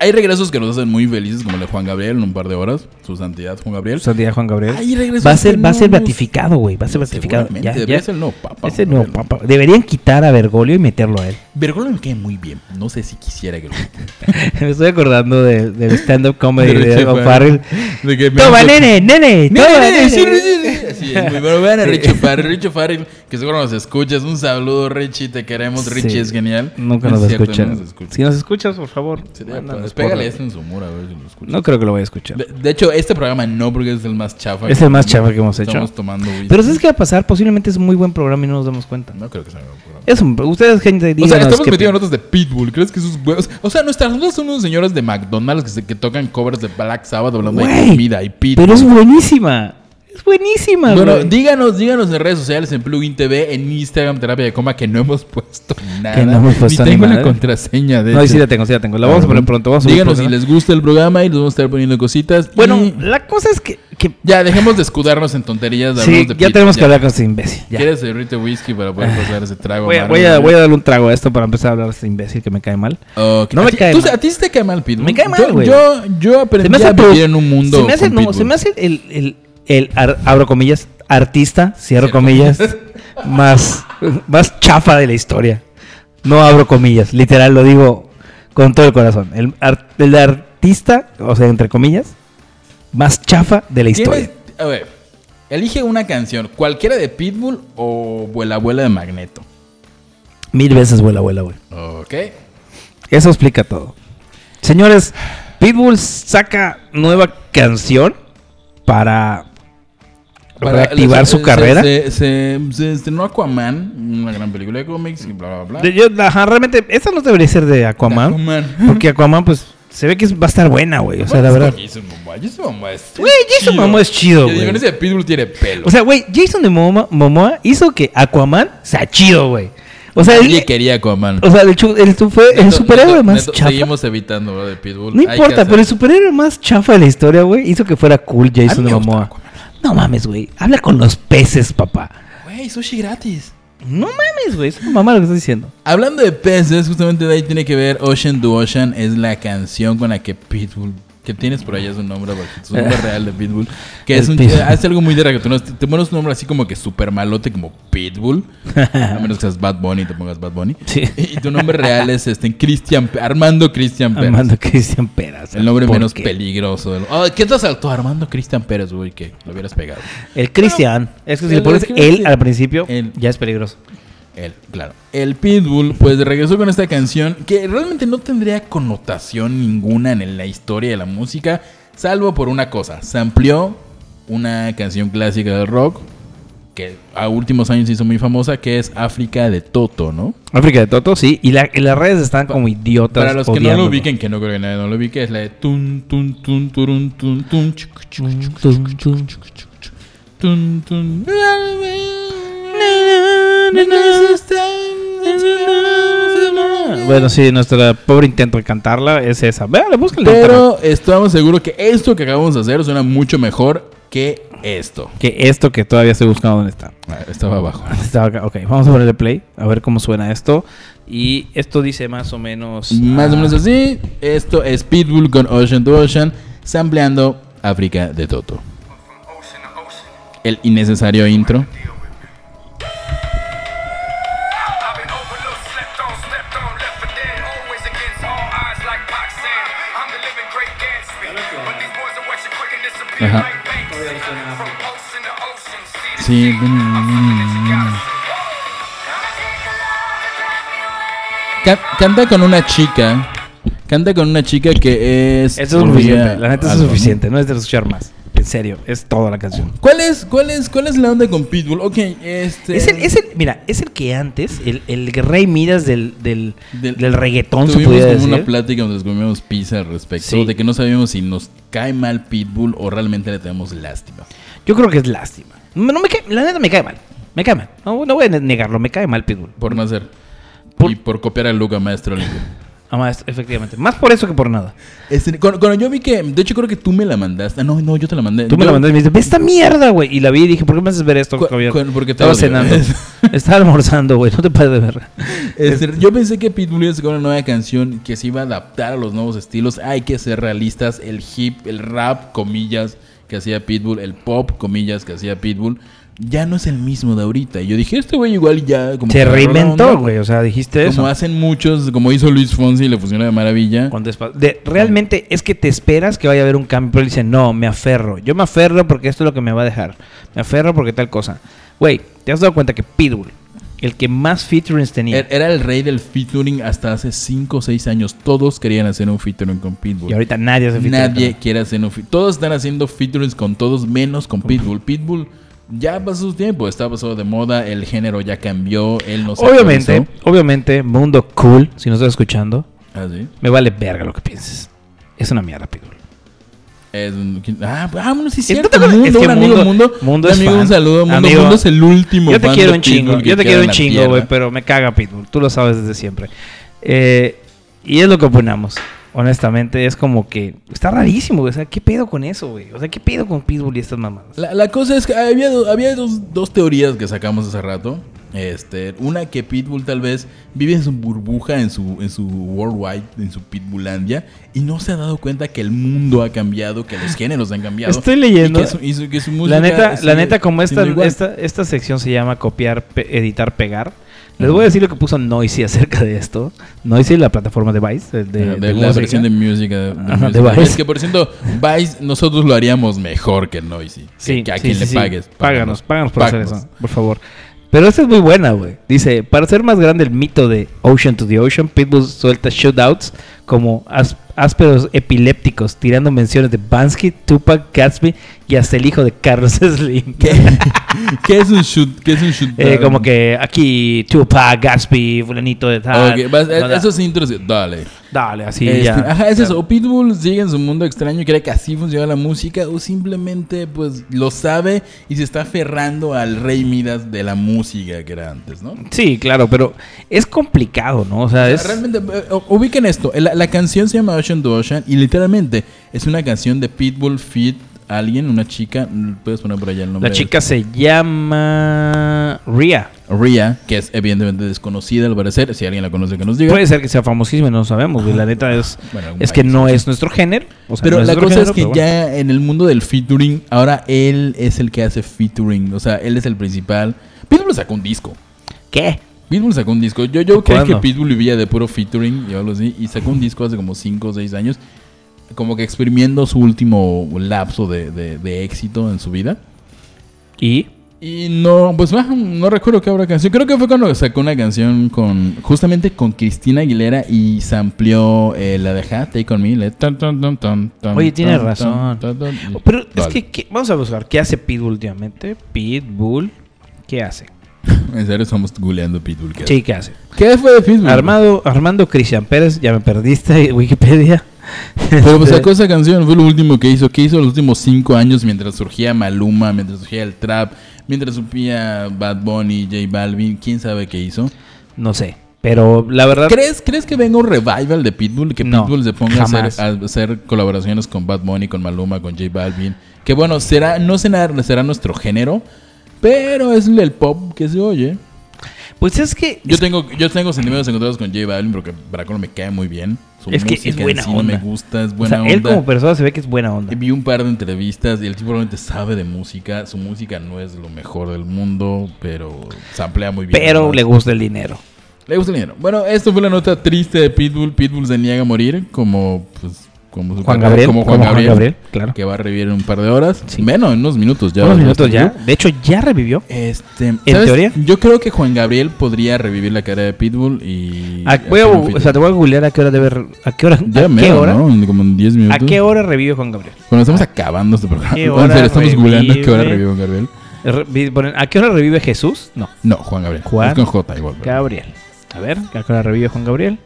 Hay regresos que nos hacen muy felices, como el de Juan Gabriel en un par de horas. Su santidad, Juan Gabriel.
Santiago Juan Gabriel.
Ay, regresó
va a
el
ser, va a ser
Venus.
beatificado, güey. Va a ser beatificado.
Seguramente,
Ya,
debería
ya.
ser el nuevo papa,
Es el
Juan
nuevo
Gabriel.
papa. Deberían quitar a Bergoglio y meterlo a él.
Bergoglio me cae muy bien. No sé si quisiera que lo
Me estoy acordando de- del stand-up comedy
De
de
Richie
Evan
Farrell.
Farrell.
De que me-
¡Toma, nene! ¡Nene!
No,
¡Toma, nene!
sí, sí, sí. Así es, muy bueno. Vean a Richie Farrell, Richie Farrell, que seguro nos escuchas. Un saludo, Richie, te queremos. Richie
Sí.
es genial.
Nunca
No
nos
es cierto,
escucha.
no nos escucha.
Si nos escuchas, por favor.
Sería
mándanos
padre. Pégale
porra.
esto en su muro, a ver si lo escucha.
No creo que lo voy a escuchar.
De, de hecho, este programa no, porque es el más chafa.
Es el más chafa que hemos hecho.
Estamos tomando whisky.
Pero ¿sabes qué va a pasar? Posiblemente es muy buen programa y no nos damos cuenta.
No creo que sea un programa.
Es un- ustedes, gente,
O sea,
díganos
estamos
qué
metidos en
opinan.
notas de Pitbull. ¿Crees que sus huevos? O sea, nuestras notas son unos señores de McDonald's que, se- que tocan covers de Black Sabbath hablando de
Güey,
comida y Pitbull.
Pero es buenísima. Es buenísima,
Bueno,
güey.
díganos, díganos en redes sociales, en Plugin TV, en Instagram, Terapia de Coma, que no hemos puesto nada.
Que no hemos puesto
Ni tengo
ni
la
madre.
contraseña de
No, y
hecho.
sí la tengo, sí la tengo. La vamos a poner pronto. Vamos a subir
díganos si
pronto.
les gusta el programa y les vamos a estar poniendo cositas.
Bueno,
Y
la cosa es que... que-
ya, dejemos de escudarnos en tonterías. de
sí,
hablarnos de
ya
pito,
tenemos que hablar con este imbécil. ya.
¿Quieres servirte whisky para poder pasar ese trago?
Voy, a-
amargo?
voy a, voy a darle un trago a esto para empezar a hablar de este imbécil que me cae mal.
Ok.
No
¿A
me
ti-
cae
tú-
mal.
¿A ti sí te cae mal Pitbull?
Me cae mal,
Yo-
güey.
Yo, yo aprendí a
produ-
vivir en un mundo
Se me hace,
con
no,
Pitbull.
se me hace el, el, el ar- abro comillas, artista, cierro
Cierro
comillas, más, más chafa de la historia. No abro comillas, literal, lo digo con todo el corazón. El, ar- el artista, o sea, entre comillas, más chafa de la historia.
Tienes- A ver, elige una canción, cualquiera de Pitbull o Vuela Vuela de Magneto.
Mil veces vuela, vuela, güey.
Ok.
Eso explica todo. Señores, Pitbull saca nueva canción para,
Para-
reactivar
se-
su
se-
carrera.
Se, se- se estrenó Aquaman, una gran película de cómics y bla, bla, bla.
De- yo, ajá, realmente, esta no debería ser de Aquaman.
Aquaman.
Porque Aquaman, pues, se ve que es- va a estar buena, güey. O sea, la verdad.
Jason Momoa. Jason Momoa es.
Güey, Jason Momoa es chido,
Y a
güey.
diferencia de Pitbull tiene pelo.
O sea, güey, Jason de Momoa, Momoa hizo que Aquaman sea chido, güey. O sea,
Nadie
él,
quería Aquaman.
o sea, el, chu- el tu- fue el
Neto,
superhéroe
Neto,
más
Neto,
chafa.
Seguimos evitando lo de Pitbull.
no
Hay que
importa,
hacer-
pero el superhéroe más chafa de la historia, güey, hizo que fuera cool
A mí
Jason
me
de
gusta
Momoa.
Aquaman.
No mames, güey. Habla con los peces, papá.
Güey, sushi gratis.
No mames, güey. Es una mamá lo que estás diciendo.
Hablando de peces, justamente de ahí tiene que ver Ocean to Ocean. Es la canción con la que Pitbull. Que tienes por allá su nombre, porque su nombre real de Pitbull. Que es
El
un,
Pitbull.
hace algo muy de reggaetonero. Te, te pones un nombre así como que super malote, como Pitbull. A menos que seas Bad Bunny y te pongas Bad Bunny.
Sí.
Y tu nombre real es este, Cristian, Pe- Armando Cristian Pérez.
Armando Cristian Peras.
El nombre
¿Por
menos
qué?
peligroso. del- Ay, ¿Qué te asaltó? Armando Cristian Pérez, güey, que lo hubieras pegado.
El Cristian. Es que si
el-
le pones
el
él
Cristian.
al principio,
El-
ya es peligroso.
El, claro. El Pitbull, pues regresó con esta canción que realmente no tendría connotación ninguna en la historia de la música, salvo por una cosa. Se amplió una canción clásica de rock que a últimos años se hizo muy famosa, que es África de Toto, ¿no?
África de Toto, sí. Y, la- y las redes están como idiotas.
Para los que no
odiándolo.
lo ubiquen, que no creo que nadie no lo ubique, es la de tun tun tun turun tun tun chuc, chuc, chuc,
Tum, tum.
tun tun.
Bueno, sí, nuestro pobre intento de cantarla es esa. Véale, búsquenla. en internet.
Pero estamos seguros que esto que acabamos de hacer suena mucho mejor que esto.
Que esto que todavía estoy buscando dónde está.
Estaba abajo.
Estaba acá. Ok, vamos a ponerle play. A ver cómo suena esto. Y esto dice más o menos.
Más o
ah,
menos así. Esto es Pitbull con Ocean to Ocean, sampleando África de Toto.
From ocean to ocean,
el innecesario intro. Ajá. Sí. Ca- canta con una chica. Canta con una chica que es.
Eso es
Olivia
suficiente. La neta eso es
algo, ¿no?
suficiente. No es de escuchar más. En serio, es toda la canción.
¿Cuál es, cuál es, cuál es la onda con Pitbull? Ok, este.
Es el, es el, mira, es el que antes, el, el rey Midas del, del,
Del-
del reggaetón, se
Tuvimos
pudiera
como
decir.
una plática donde nos comíamos pizza al respecto.
Sí.
De que no sabíamos si nos cae mal Pitbull o realmente le tenemos lástima.
Yo creo que es lástima. No me cae, la neta me cae mal. Me cae mal. No, no voy a ne- negarlo, me cae mal Pitbull.
Por no hacer.
Por-
Y por copiar a Luca Maestro Limpio.
Ah, más, efectivamente. Más por eso que por nada.
Este, cuando, cuando yo vi que. De hecho, creo que tú me la mandaste. Ah, No, no, yo te la mandé.
Tú me
Yo-
la mandaste y me dijiste, ve esta mierda, güey. Y la vi y dije, ¿por qué me haces ver esto,
Cu-
Javier?
cu- porque te
Estaba
odio.
cenando. Estaba almorzando, güey. No te pares de verga.
Este, yo pensé que Pitbull iba a sacar una nueva canción que se iba a adaptar a los nuevos estilos. Hay que ser realistas. El hip, el rap, comillas, que hacía Pitbull. El pop, comillas, que hacía Pitbull. Ya no es el mismo de ahorita. Y yo dije, este güey igual ya... Como que
Se
agarró la onda.
reinventó, güey. O sea, dijiste
Como
eso.
hacen muchos, como hizo Luis Fonsi y le funciona de maravilla.
Cuando es pa- de- realmente es que te esperas que vaya a haber un cambio, pero dice, no, me aferro. Yo me aferro porque esto es lo que me va a dejar. Me aferro porque tal cosa. Güey, ¿te has dado cuenta que Pitbull, el que más featurings tenía,
Er- Era el rey del featuring hasta hace 5 o 6 años. Todos querían hacer un featuring con Pitbull.
y ahorita nadie hace featuring con
Nadie
él.
quiere hacer un featuring. Todos están haciendo featurings con todos menos con Pitbull. Pitbull ya pasó su tiempo, está pasado de moda, el género ya cambió, él no se
Obviamente,
actualizó.
obviamente, mundo cool, si nos estás escuchando,
Ah, sí.
me vale verga lo que pienses. Es una mierda, Pitbull.
Es un- ah, ah, bueno, sí es
¿No
cierto.
te acuerdas?
mundo,
Es que
un amigo
Mundo-
mundo.
Mundo
un
es
amigo, un
fan.
saludo. Mundo,
Amigo,
mundo es el último.
Yo te
fan
quiero
de
un chingo,
Pitbull que
yo te
queda
quiero
en
un
la
chingo,
tierra.
güey, pero me caga Pitbull, tú lo sabes desde siempre. Eh, y es lo que opinamos, honestamente, es como que está rarísimo, güey, o sea, ¿qué pedo con eso, güey? O sea, ¿qué pedo con Pitbull y estas mamadas?
La, la cosa es que había, do- había dos, dos teorías que sacamos hace rato. Este, una que Pitbull tal vez vive en su burbuja, en su, en su worldwide, en su Pitbullandia, y no se ha dado cuenta que el mundo ha cambiado, que los géneros han cambiado.
Estoy leyendo.
Y que su, y su- que su música
La neta,
sigue
la neta como esta,
siendo igual.
esta, esta sección se llama copiar, pe- editar, pegar, les voy a decir lo que puso Noisy acerca de esto. Noisy, la plataforma de Vice, de, de-
Ah, de,
de
la
música.
versión de música de,
Ajá, de
música.
Vice.
Es que por cierto, Vice nosotros lo haríamos mejor que Noisy. Que-
Sí,
que a
sí,
quien
sí,
le
sí.
pagues.
Páganos, páganos por hacer
Páganos.
eso, por favor. Pero esta es muy buena, güey. Dice, para ser más grande el mito de Ocean to the Ocean, Pitbull suelta shootouts como as- ásperos epilépticos, tirando menciones de Bansky, Tupac, Gatsby y hasta el hijo de Carlos Slim.
¿Qué, ¿Qué es un shoot? ¿Qué es un shoot?
Eh,
down?
como que aquí Tupac, Gatsby, fulanito de tal.
Ok, vas-
Dale,
esos intros, dale.
Dale, así
Este,
ya.
Ajá, es eso. O Pitbull sigue en su mundo extraño y cree que así funciona la música. O simplemente, pues, lo sabe y se está aferrando al rey Midas de la música que era antes, ¿no?
Sí, claro, pero es complicado, ¿no? O sea, es...
Realmente, eh, u- ubiquen esto. La, la canción se llama Ocean to Ocean y literalmente es una canción de Pitbull Fit alguien, una chica. mm, Puedes poner por allá el nombre.
La
de-
chica se llama Ria.
Ria, que es evidentemente desconocida al parecer. Si alguien la conoce, que nos diga.
Puede ser que sea famosísima, no sabemos. güey. La neta es,
Ah, Bueno,
es que
varios,
no es nuestro género. o sea,
Pero
no es
la
nuestro
cosa
género,
es que
pero bueno.
ya en el mundo del featuring, ahora él es el que hace featuring. O sea, él es el principal. Pitbull sacó un disco.
¿Qué?
Pitbull sacó un disco. Yo, yo creo que
¿Cuándo?
Pitbull vivía de puro featuring y algo así. Y sacó un disco hace como 5 o 6 años. Como que exprimiendo su último lapso de, de- de éxito en su vida.
Y
Y no, pues ah, no recuerdo qué habrá canción. Creo que fue cuando sacó una canción con justamente con Cristina Aguilera y se amplió eh, la de Ja, Take On Me. la de tan, tan, tan, tan, tan,
Oye, tienes
tan,
razón. Oh,
tan, tan, tan.
pero es
Vale.
que ¿qué? vamos a buscar qué hace Pitbull últimamente. Pitbull, ¿qué hace?
En serio, estamos googleando Pitbull. ¿qué?
Sí, ¿qué hace?
¿Qué fue de Pitbull?
Armado, Armando Cristian Pérez, ya me perdiste Wikipedia.
Pero pues
Este,
sacó esa canción, fue lo último que hizo. ¿Qué hizo los últimos cinco años mientras surgía Maluma, mientras surgía el trap, mientras surgía Bad Bunny, J Balvin? ¿Quién sabe qué hizo?
no sé, pero la verdad
¿Crees, ¿Crees que venga un revival de Pitbull? Que
No,
Pitbull se ponga a
jamás.
hacer, a hacer colaboraciones con Bad Bunny, con Maluma, con J Balvin. Que bueno, será, no será, será nuestro género, pero es el pop que se oye.
pues es que
Yo tengo, yo tengo sentimientos encontrados con J Balvin porque Braco me cae muy bien. Su
Es que es
música en
buena
sí
onda.
me gusta, es
O sea,
buena
él
onda.
como persona se ve que es buena onda.
Vi un par de entrevistas y el tipo realmente sabe de música. Su música no es lo mejor del mundo, pero samplea muy bien.
Pero
¿no?
le gusta el dinero.
Le gusta el dinero. Bueno, esto fue la nota triste de Pitbull. Pitbull se niega a morir como, pues, como su
Juan
carrera-
Gabriel.
como Juan Gabriel,
claro.
que va a revivir en un par de horas.
Sí.
Menos, en unos minutos ya.
Unos minutos
estuvo.
ya. De hecho, ya revivió.
Este, ¿sabes?
teoría?
Yo creo que Juan Gabriel podría revivir la carrera de Pitbull y.
Ah, voy a-
hacer un feat.
o sea, te voy a googlear a qué hora debe. re- ¿A qué hora?
ya
¿A
mero,
qué hora?
¿no? En Como en 10
¿A
minutos.
qué hora revive Juan Gabriel?
Bueno, estamos acabando este programa.
¿Qué
En
hora
serio, estamos googleando qué hora
revive?
revivió Juan Gabriel.
Re- vi- ponen, ¿A qué hora revive Jesús? No,
No, Juan Gabriel.
Juan
Es con J igual. pero-
Gabriel. A ver, ¿a qué hora revive Juan Gabriel?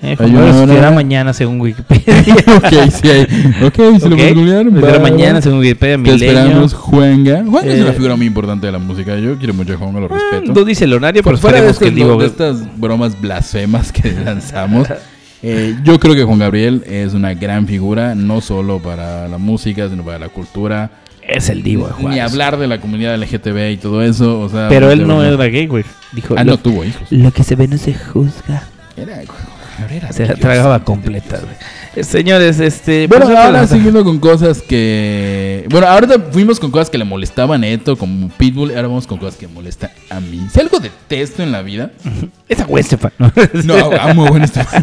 Eh,
Hay
Juan
una
Gabriel
hora-
será mañana según Wikipedia.
ok, sí hay. Ok, si lo
Ok.
puedes googlear.
Será
va,
mañana
va.
según Wikipedia,
Te
milenio.
esperamos, Juanga. Juanga es
Eh,
una figura muy importante de la música. Yo quiero mucho a Juanga, lo
Ah,
respeto.
No dice el horario, pero
eh, Fuera de,
esperemos que el
estos-
Divo-
de estas bromas blasfemas que lanzamos, eh, yo creo que Juan Gabriel es una gran figura, no solo para la música, sino para la cultura.
Es el Divo de
Ni
Juárez.
hablar de la comunidad LGTB y todo eso. O sea,
Pero él
de
Ah, no
verdad.
era gay, güey. Dijo,
Ah,
lo,
no tuvo hijos.
lo que se ve no se juzga.
Era- era
Se la
Dios.
tragaba completa, güey. Eh, Señores, este...
Bueno,
pues,
ahora
las-
siguiendo con cosas que. Bueno, ahorita fuimos con cosas que le molestaban a Neto, como Pitbull. Ahora vamos con cosas que molestan a mí. Si algo detesto en la vida.
Esa Gwen Stefani.
No, ah, amo a Gwen Stefani.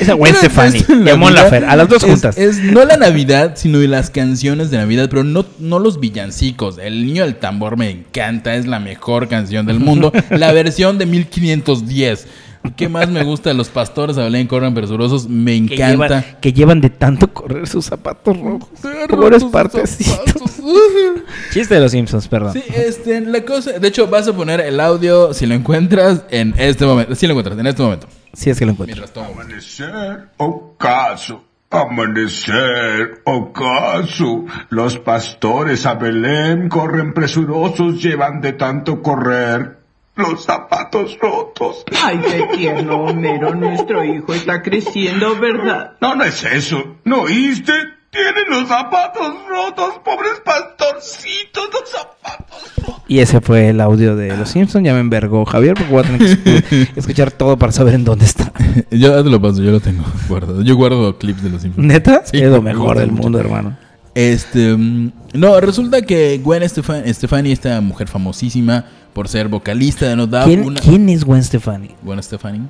Esa Gwen Stefani.
Detesto en la
Llamó a la
vida
Fer. A las dos
es-
juntas.
Es, no la Navidad, sino de las canciones de Navidad, pero no, no los villancicos. El niño del tambor me encanta, es la mejor canción del mundo. la versión de 1510. ¿Qué más me gusta? Los pastores a Belén corren presurosos. Me
que, llevan,
encanta.
que llevan de tanto correr sus zapatos rojos. Pobres
Rotos
partecitos.
zapatos. Ujú.
Chiste de los Simpsons, perdón.
Sí, este, la cosa. De hecho, vas a poner el audio si lo encuentras en este momento. Si lo encuentras, en este momento.
Sí, es que lo encuentro.
Mientras tomo.
Amanecer, ocaso. Amanecer, ocaso. Los pastores a Belén corren presurosos, llevan de tanto correr los zapatos rotos.
Ay, qué tierno, Homero, nuestro hijo está creciendo, ¿verdad?
No, no es eso. ¿No oíste? Tienen los zapatos rotos, pobres pastorcitos, los zapatos.
Y ese fue el audio de
Ah.
los Simpsons. Ya me envergó Javier porque voy a tener que escu- escuchar todo para saber en dónde está.
Yo te lo paso, yo lo tengo guardado. Yo guardo clips de los Simpsons.
¿Neta?
Sí,
es lo
me
mejor
gusta
del
mucho.
mundo, hermano.
Este. mm, No, resulta que Gwen Stefani, Stefani esta mujer famosísima por ser vocalista de No Doubt.
¿Quién,
Ah, una-
quién es Gwen Stefani?
Gwen Stefani.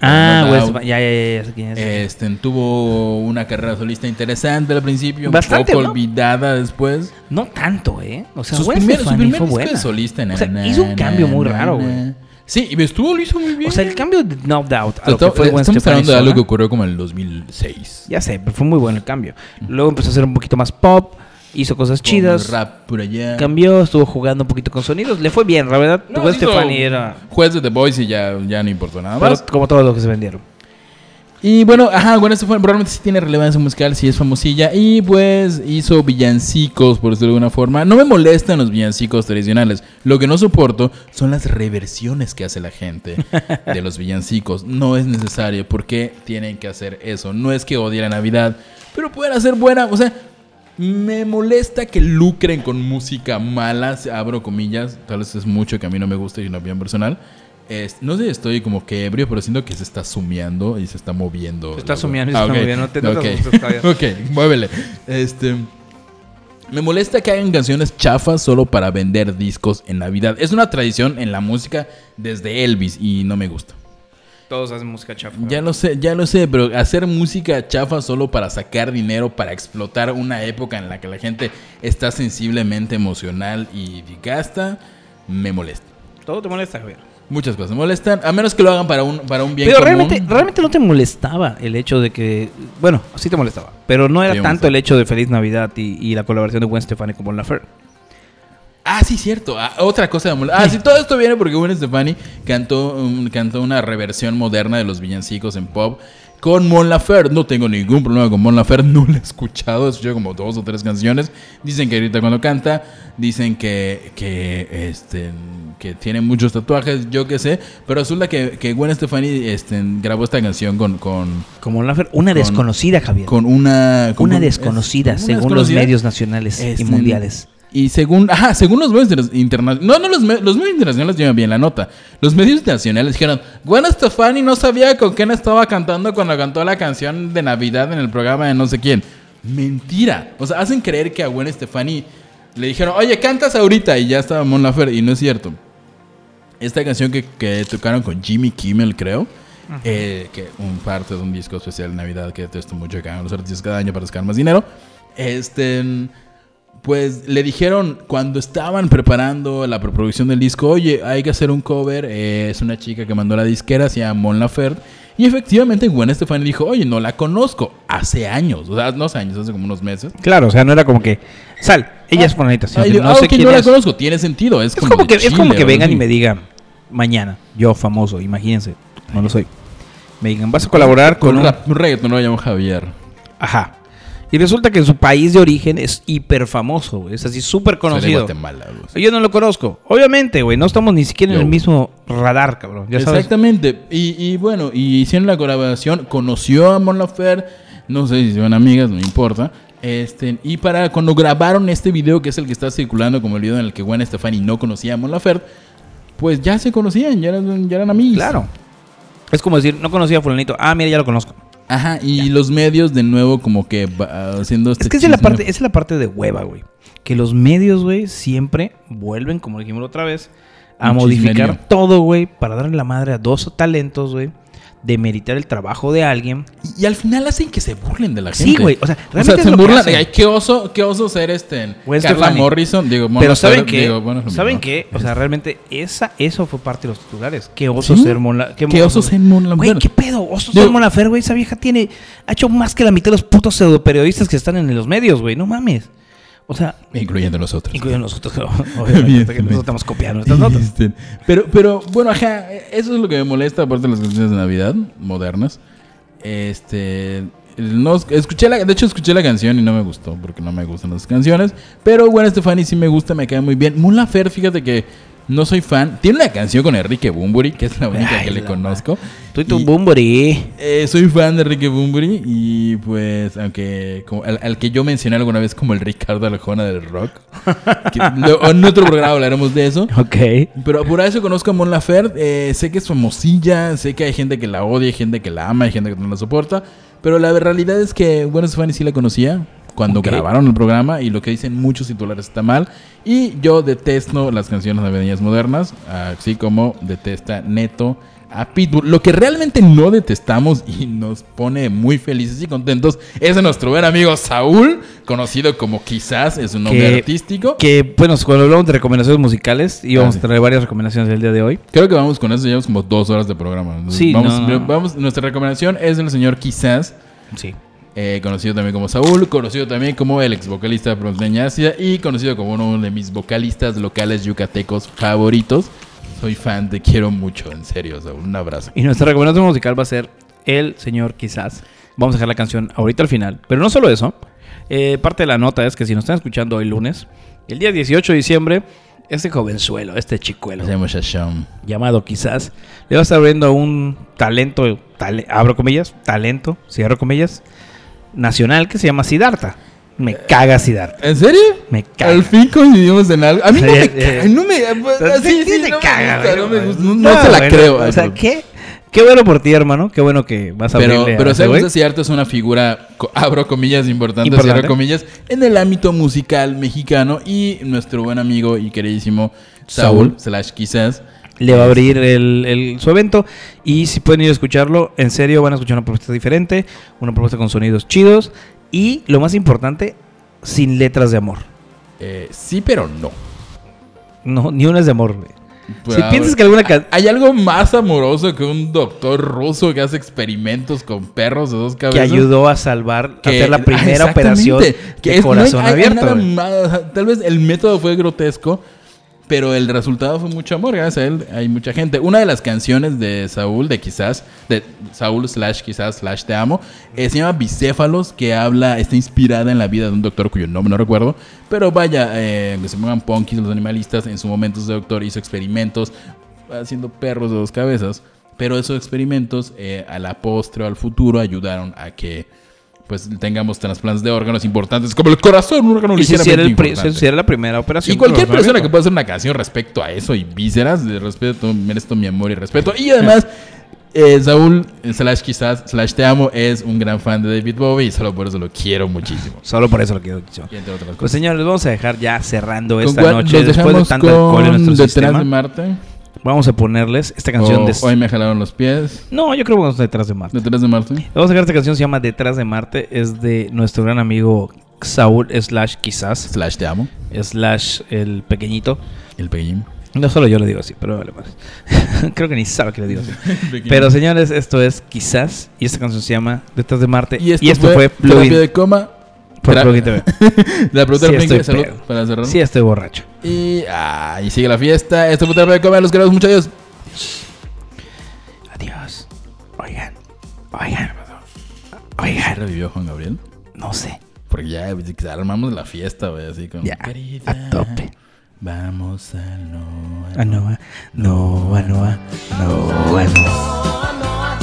Ah,
No
Gwen
Doubt.
Stefani. Ya, ya, ya, ya sé quién es.
Este, tuvo una carrera solista interesante al principio,
Bastante,
un poco
¿no?
olvidada después.
No tanto, ¿eh? O sea,
Sus
Gwen
primeros, sus
Stefani fue
primeros discos
buena.
de solista. na,
o sea,
na,
hizo un
na,
cambio muy
na,
raro,
na.
güey.
Sí, y estuvo, lo hizo muy bien.
O sea, el cambio de No Doubt a
Estamos-
lo que fue Gwen
eh, estamos
Stefani
hablando de algo que
sola.
ocurrió como en el 2006.
Ya sé, pero fue muy bueno el cambio.
Mm.
Luego empezó a ser un poquito más pop, hizo cosas chidas,
Con rap por allá.
cambió, estuvo jugando un poquito con sonidos. Le fue bien, la verdad.
No,
Gwen
hizo
Stefani era...
Juez de The Voice y ya, ya no importó nada
Pero
más.
como todos los que se vendieron.
Y bueno, ajá, bueno, esto fue, realmente sí tiene relevancia musical, sí es famosilla. Y pues hizo villancicos, por decirlo de alguna forma. No me molestan los villancicos tradicionales. Lo que no soporto son las reversiones que hace la gente de los villancicos. No es necesario. ¿Por qué tienen que hacer eso? No es que odie la Navidad, pero pueden hacer buena. O sea, me molesta que lucren con música mala, abro comillas. Tal vez es mucho que a mí no me gusta y una opinión personal. Es- no sé, estoy como que ebrio, pero siento que se está sumiando y se está moviendo.
Se está
la-
sumiendo y se
Ah,
está
ok.
moviendo, no te- no te
Ok.
asustes, está bien.
ok, muévele. Este. Me molesta que hagan canciones chafas solo para vender discos en Navidad. Es una tradición en la música desde Elvis y no me gusta.
Todos hacen música chafa.
Ya lo sé, ya lo sé, pero hacer música chafa solo para sacar dinero, para explotar una época en la que la gente está sensiblemente emocional y gasta, me molesta.
Todo te molesta, Javier.
Muchas cosas me molestan, a menos que lo hagan para un, para un bien
Pero
común.
realmente, realmente no te molestaba el hecho de que... Bueno, sí te molestaba. Pero no era
Sí, me
tanto
molestaba.
el hecho de Feliz Navidad y, y la colaboración de Gwen Stefani con Bon Lafer.
Ah, sí, cierto. Ah, otra cosa de molestar. Ah, sí, todo esto viene porque Gwen Stefani cantó, un- cantó una reversión moderna de los villancicos en pop con Mon Laferte. No tengo ningún problema con Mon Laferte, no la he escuchado. He escuchado como dos o tres canciones. Dicen que grita cuando canta, dicen que, que, este, que tiene muchos tatuajes, yo qué sé. Pero resulta que, que Gwen Stefani este, grabó esta canción con, con,
Con Bon Lafer, una
Con-
desconocida, Javier.
con una... con-
una
con-
desconocida,
es-
según
¿una
los
desconocida?
medios nacionales
Este,
y mundiales.
Y según, ajá, según los medios interna- internacionales, no, no, los, me- los medios internacionales llevan bien la nota. Los medios internacionales dijeron, Gwen Stefani no sabía con quién estaba cantando cuando cantó la canción de Navidad en el programa de no sé quién. Mentira. O sea, hacen creer que a Gwen Stefani le dijeron, oye, cantas ahorita y ya estaba Mon Laferte y no es cierto. Esta canción que, que tocaron con Jimmy Kimmel, creo. eh, que un parte de un disco especial de Navidad que detesto mucho que hagan los artistas cada año para sacar más dinero. Este. Pues le dijeron cuando estaban preparando la preproducción del disco, oye, hay que hacer un cover. eh, es una chica que mandó la disquera, se llama Mon Laferte. Y efectivamente Gwen Stefani dijo, oye, no la conozco. Hace años, o sea, no hace años, hace como unos meses.
Claro, o sea, no era como que. Sal, ella es bonita. sino
Ay,
que
yo,
no
ah,
sé
ok,
quién
no la
es.
conozco, tiene sentido. Es,
Es como, que,
de
es como
Chile,
que
o
vengan y
así.
me digan, mañana, yo famoso, imagínense, no lo soy. Me digan, vas a colaborar con
un,
un...
rap, un reggaeton lo llamo Javier.
Ajá. Y resulta que en su país de origen es hiper famoso, güey, es así súper
Sale de
conocido.
Guatemala, güey.
Yo no lo conozco. Obviamente, güey, no estamos ni siquiera en
Yo.
el mismo radar, cabrón. Ya sabes.
Exactamente. Y, y bueno, y hicieron la colaboración, conoció a Mon Laferte, no sé si son amigas, no importa. Este, y para cuando grabaron este video, que es el que está circulando como el video en el que Gwen Stefani no conocía a Mon Laferte, pues ya se conocían, ya eran, ya eran amigas.
Claro. Es como decir, no conocía a fulanito. Ah, mira, ya lo conozco.
Ajá, y los medios de nuevo como que va- haciendo este
Es que esa es la
chisme.
parte, esa es la parte de hueva, güey. Que los medios, güey, siempre vuelven, como dijimos la otra vez, a
Un
modificar
chismerío.
todo, güey, para darle la madre a dos talentos, güey, demeritar el trabajo de alguien.
Y, y al final hacen que se burlen de la
Sí,
gente.
güey, o sea,
o
realmente
sea
es
se
lo que
burlan.
hacen.
Ay, qué oso, qué oso ser este. en
Gwen
Carla
Stefani.
Morrison, digo, Mon
Pero
Laferte,
¿saben qué?
digo, bueno, es lo
¿Saben
mismo.
qué? O sea, realmente esa, eso fue parte de los titulares. Qué oso
Sí.
ser Mola.
Qué oso ser Mon Laferte.
Güey, qué pedo. Oso
Digo-
ser Mon Laferte, güey. Esa vieja tiene, ha hecho más que la mitad de los putos pseudoperiodistas que están en los medios, güey. No mames. O sea,
Incluyendo nosotros.
incluido nosotros, obviamente, que nosotros estamos copiando estas notas.
Este, Pero, pero, bueno, ajá, eso es lo que me molesta, aparte de las canciones de Navidad modernas. Este. No, escuché la, de hecho, escuché la canción y no me gustó, porque no me gustan las canciones. Pero bueno, Stefani sí me gusta, me cae muy bien. Mon Laferte, fíjate que no soy fan. Tiene una canción con Enrique Bumburi, que es la única
Ay,
que le
la
conozco.
Tú y tu
Y-
bumburí.
eh, soy fan de Enrique Bumburi y pues, aunque como, al, al que yo mencioné alguna vez como el Ricardo Aljona del rock, que lo- en otro programa hablaremos de eso.
Ok.
Pero por eso conozco a Mon Laferte, eh, sé que es famosilla, sé que hay gente que la odia, hay gente que la ama, hay gente que no la soporta, pero la realidad es que Buenos Stefani sí la conocía cuando
Ok.
grabaron el programa y lo que dicen muchos titulares está mal y yo detesto las canciones navideñas modernas, así como detesta Neto a Pitbull. Lo que realmente no detestamos y nos pone muy felices y contentos es a nuestro buen amigo Saúl, conocido como quizás es un nombre
Que-
artístico.
Que, bueno, cuando hablamos de recomendaciones musicales, íbamos
Ah,
a
sí.
traer varias recomendaciones del día de hoy.
Creo que vamos con eso, llevamos como dos horas de programa. Entonces,
Sí,
vamos,
no, no.
vamos- nuestra recomendación es del señor Quizás,
Sí.
eh, conocido también como Saúl, conocido también como el ex vocalista de Asia y conocido como uno de mis vocalistas locales yucatecos favoritos. Soy fan, te quiero mucho, en serio, Saúl. Un abrazo.
Y nuestra recomendación musical va a ser El Señor Quizás. Vamos a dejar la canción ahorita al final. Pero no solo eso. eh, parte de la nota es que si nos están escuchando hoy lunes, el día 18 de diciembre, este jovenzuelo, este chicuelo,
Hacemos Shasham.
llamado Quizás, le va a estar abriendo un talento, tale- abro comillas, talento, cierro comillas, nacional que se llama Sidarta. Me caga Sidarta.
¿En serio?
Me caga.
Al fin coincidimos en algo. A mí no
Sí,
me
sí.
caga. No me.
Sí,
Así,
sí,
sí,
te
no me
caga,
gusta,
güey.
no me gusta. No, no se la
güey,
creo.
Ah, O
Saúl.
sea, ¿qué? Qué bueno por ti, hermano. Qué bueno que vas a
Pero,
abrirle a
pero
ese güey.
Sebas es cierto, es una figura, co- abro comillas, importante,
Importante.
cierro comillas, en el ámbito musical mexicano y nuestro buen amigo y queridísimo Saúl,
Saúl.
slash quizás.
Le va a abrir el, el- su evento. Y si pueden ir a escucharlo, en serio van a escuchar una propuesta diferente, una propuesta con sonidos chidos. Y lo más importante, sin letras de amor.
Eh, sí, pero no.
No, ni una es de amor, güey.
Pues,
si
ah,
piensas
bueno.
que alguna ca-
Hay algo más amoroso que un doctor ruso que hace experimentos con perros de dos
que
cabezas.
ayudó a salvar, a hacer la
ah,
primera
exactamente,
operación
que
de
es- no hay-
corazón
hay- hay
abierto.
nada
güey.
más, tal vez el método fue grotesco, pero el resultado fue mucho amor. Gracias a él hay mucha gente. Una de las canciones de Saúl, de quizás, de Saúl slash quizás slash te amo, eh, se llama Bicéfalos, que habla, está inspirada en la vida de un doctor cuyo nombre no recuerdo. Pero vaya, eh, que se pongan punkis los animalistas, en su momento ese doctor hizo experimentos haciendo perros de dos cabezas. Pero esos experimentos eh, a la postre o al futuro ayudaron a que pues tengamos trasplantes de órganos importantes como el corazón, un órgano
Y si era,
ligeramente
el pri-
importante.
si era la primera operación.
Y cualquier
con los
persona que
abiertos.
pueda hacer una canción respecto a eso y vísceras, de respeto, merezco mi amor y respeto. Y además, eh, Saúl, eh, slash quizás, slash te amo, es un gran fan de David Bowie y solo por eso lo quiero muchísimo.
Solo por eso lo quiero decir.
Y entre otras
Pues
cosas.
señores, vamos a dejar ya cerrando
¿Con
Pues, esta
cuál
noche.
nos
Después de
dejamos
tanto alcohol en
con
nuestro
Detrás
sistema,
de Marte.
vamos a ponerles esta canción
O
de...
Hoy me jalaron los pies.
No, yo creo que vamos detrás de Marte.
Detrás de Marte.
Vamos a dejar esta canción, se llama Detrás de Marte. Es de nuestro gran amigo Saúl slash quizás
Slash te amo.
slash el pequeñito.
El pequeñín.
No solo yo lo digo así, pero vale más. creo que ni sabe que lo digo así. Pero señores, esto es quizás y esta canción se llama Detrás de Marte. Y esto, fue,
Terapia
Plugin.
de coma.
Por
Tra-
Plugin TV.
La
Sí,
pregunta de
estoy
Plugin, salud
pedo.
para cerrar.
Sí, estoy borracho.
Y, ah, y sigue la fiesta. Esto fue Terapia de coma. Los queremos mucho. Adiós.
Adiós. Oigan, oigan, oigan,
revivió Juan Gabriel?
no sé.
Porque ya pues, que armamos la fiesta, güey, así como.
Ya,
"Querida,
a tope.
Vamos a no. a no".
Anoa, no, anoa, no, anoa.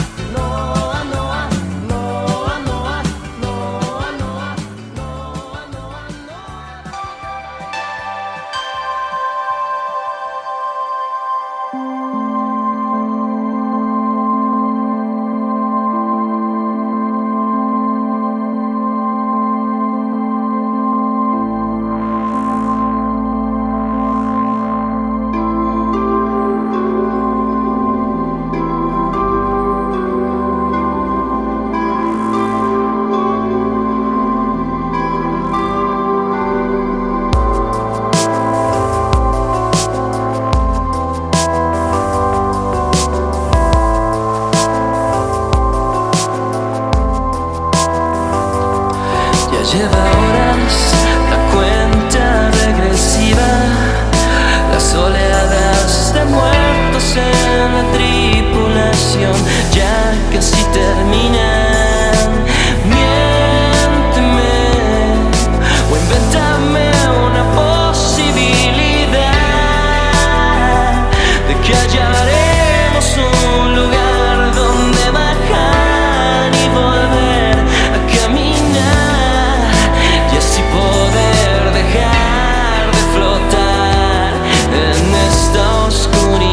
Ya lleva horas la cuenta regresiva, las oleadas de muertos en la tripulación ya casi terminan. Miénteme o inventame una posibilidad de que hallaremos un lugar donde bajar y volver a caminar y así poder dejar de flotar en esta oscuridad.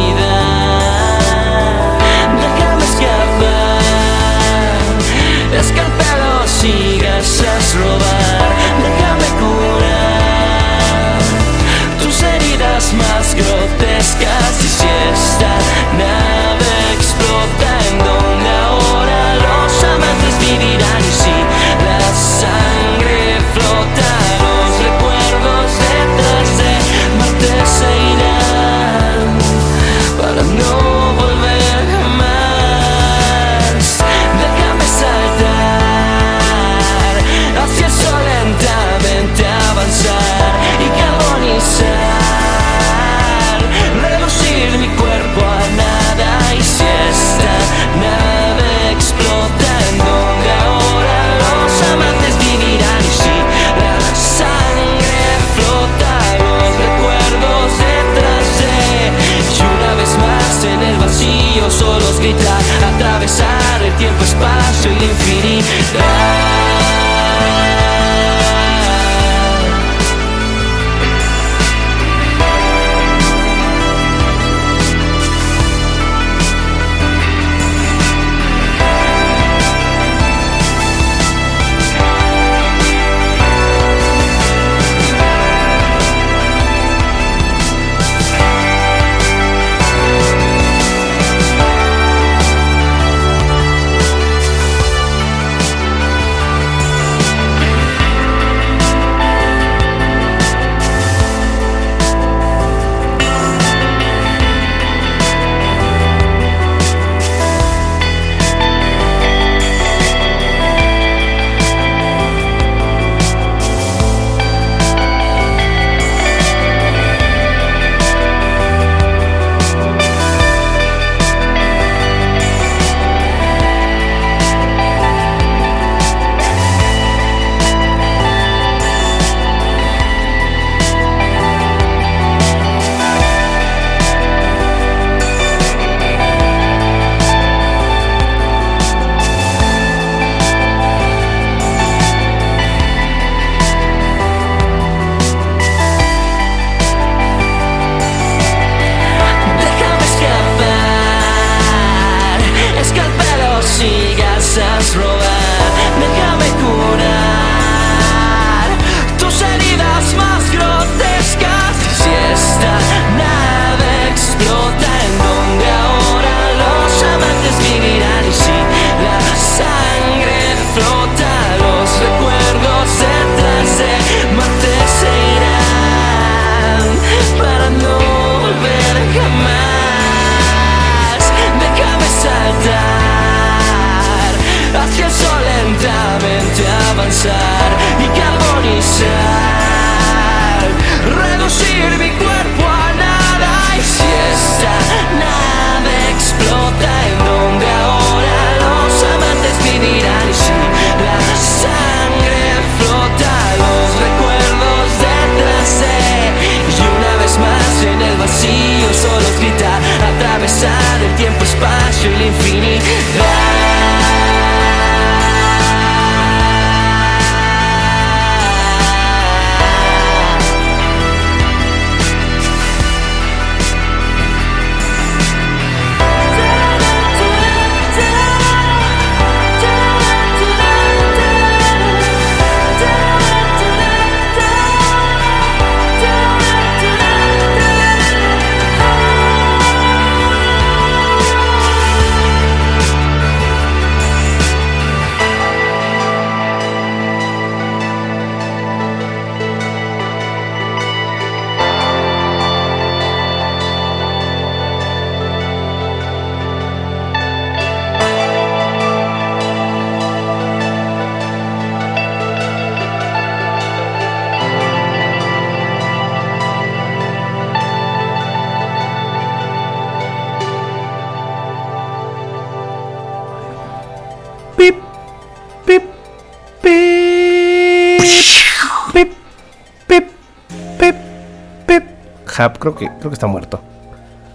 Hap creo que, creo que está muerto.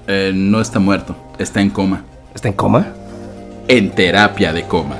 Eh, no está muerto, está en coma.
¿Está en coma?
En terapia de coma.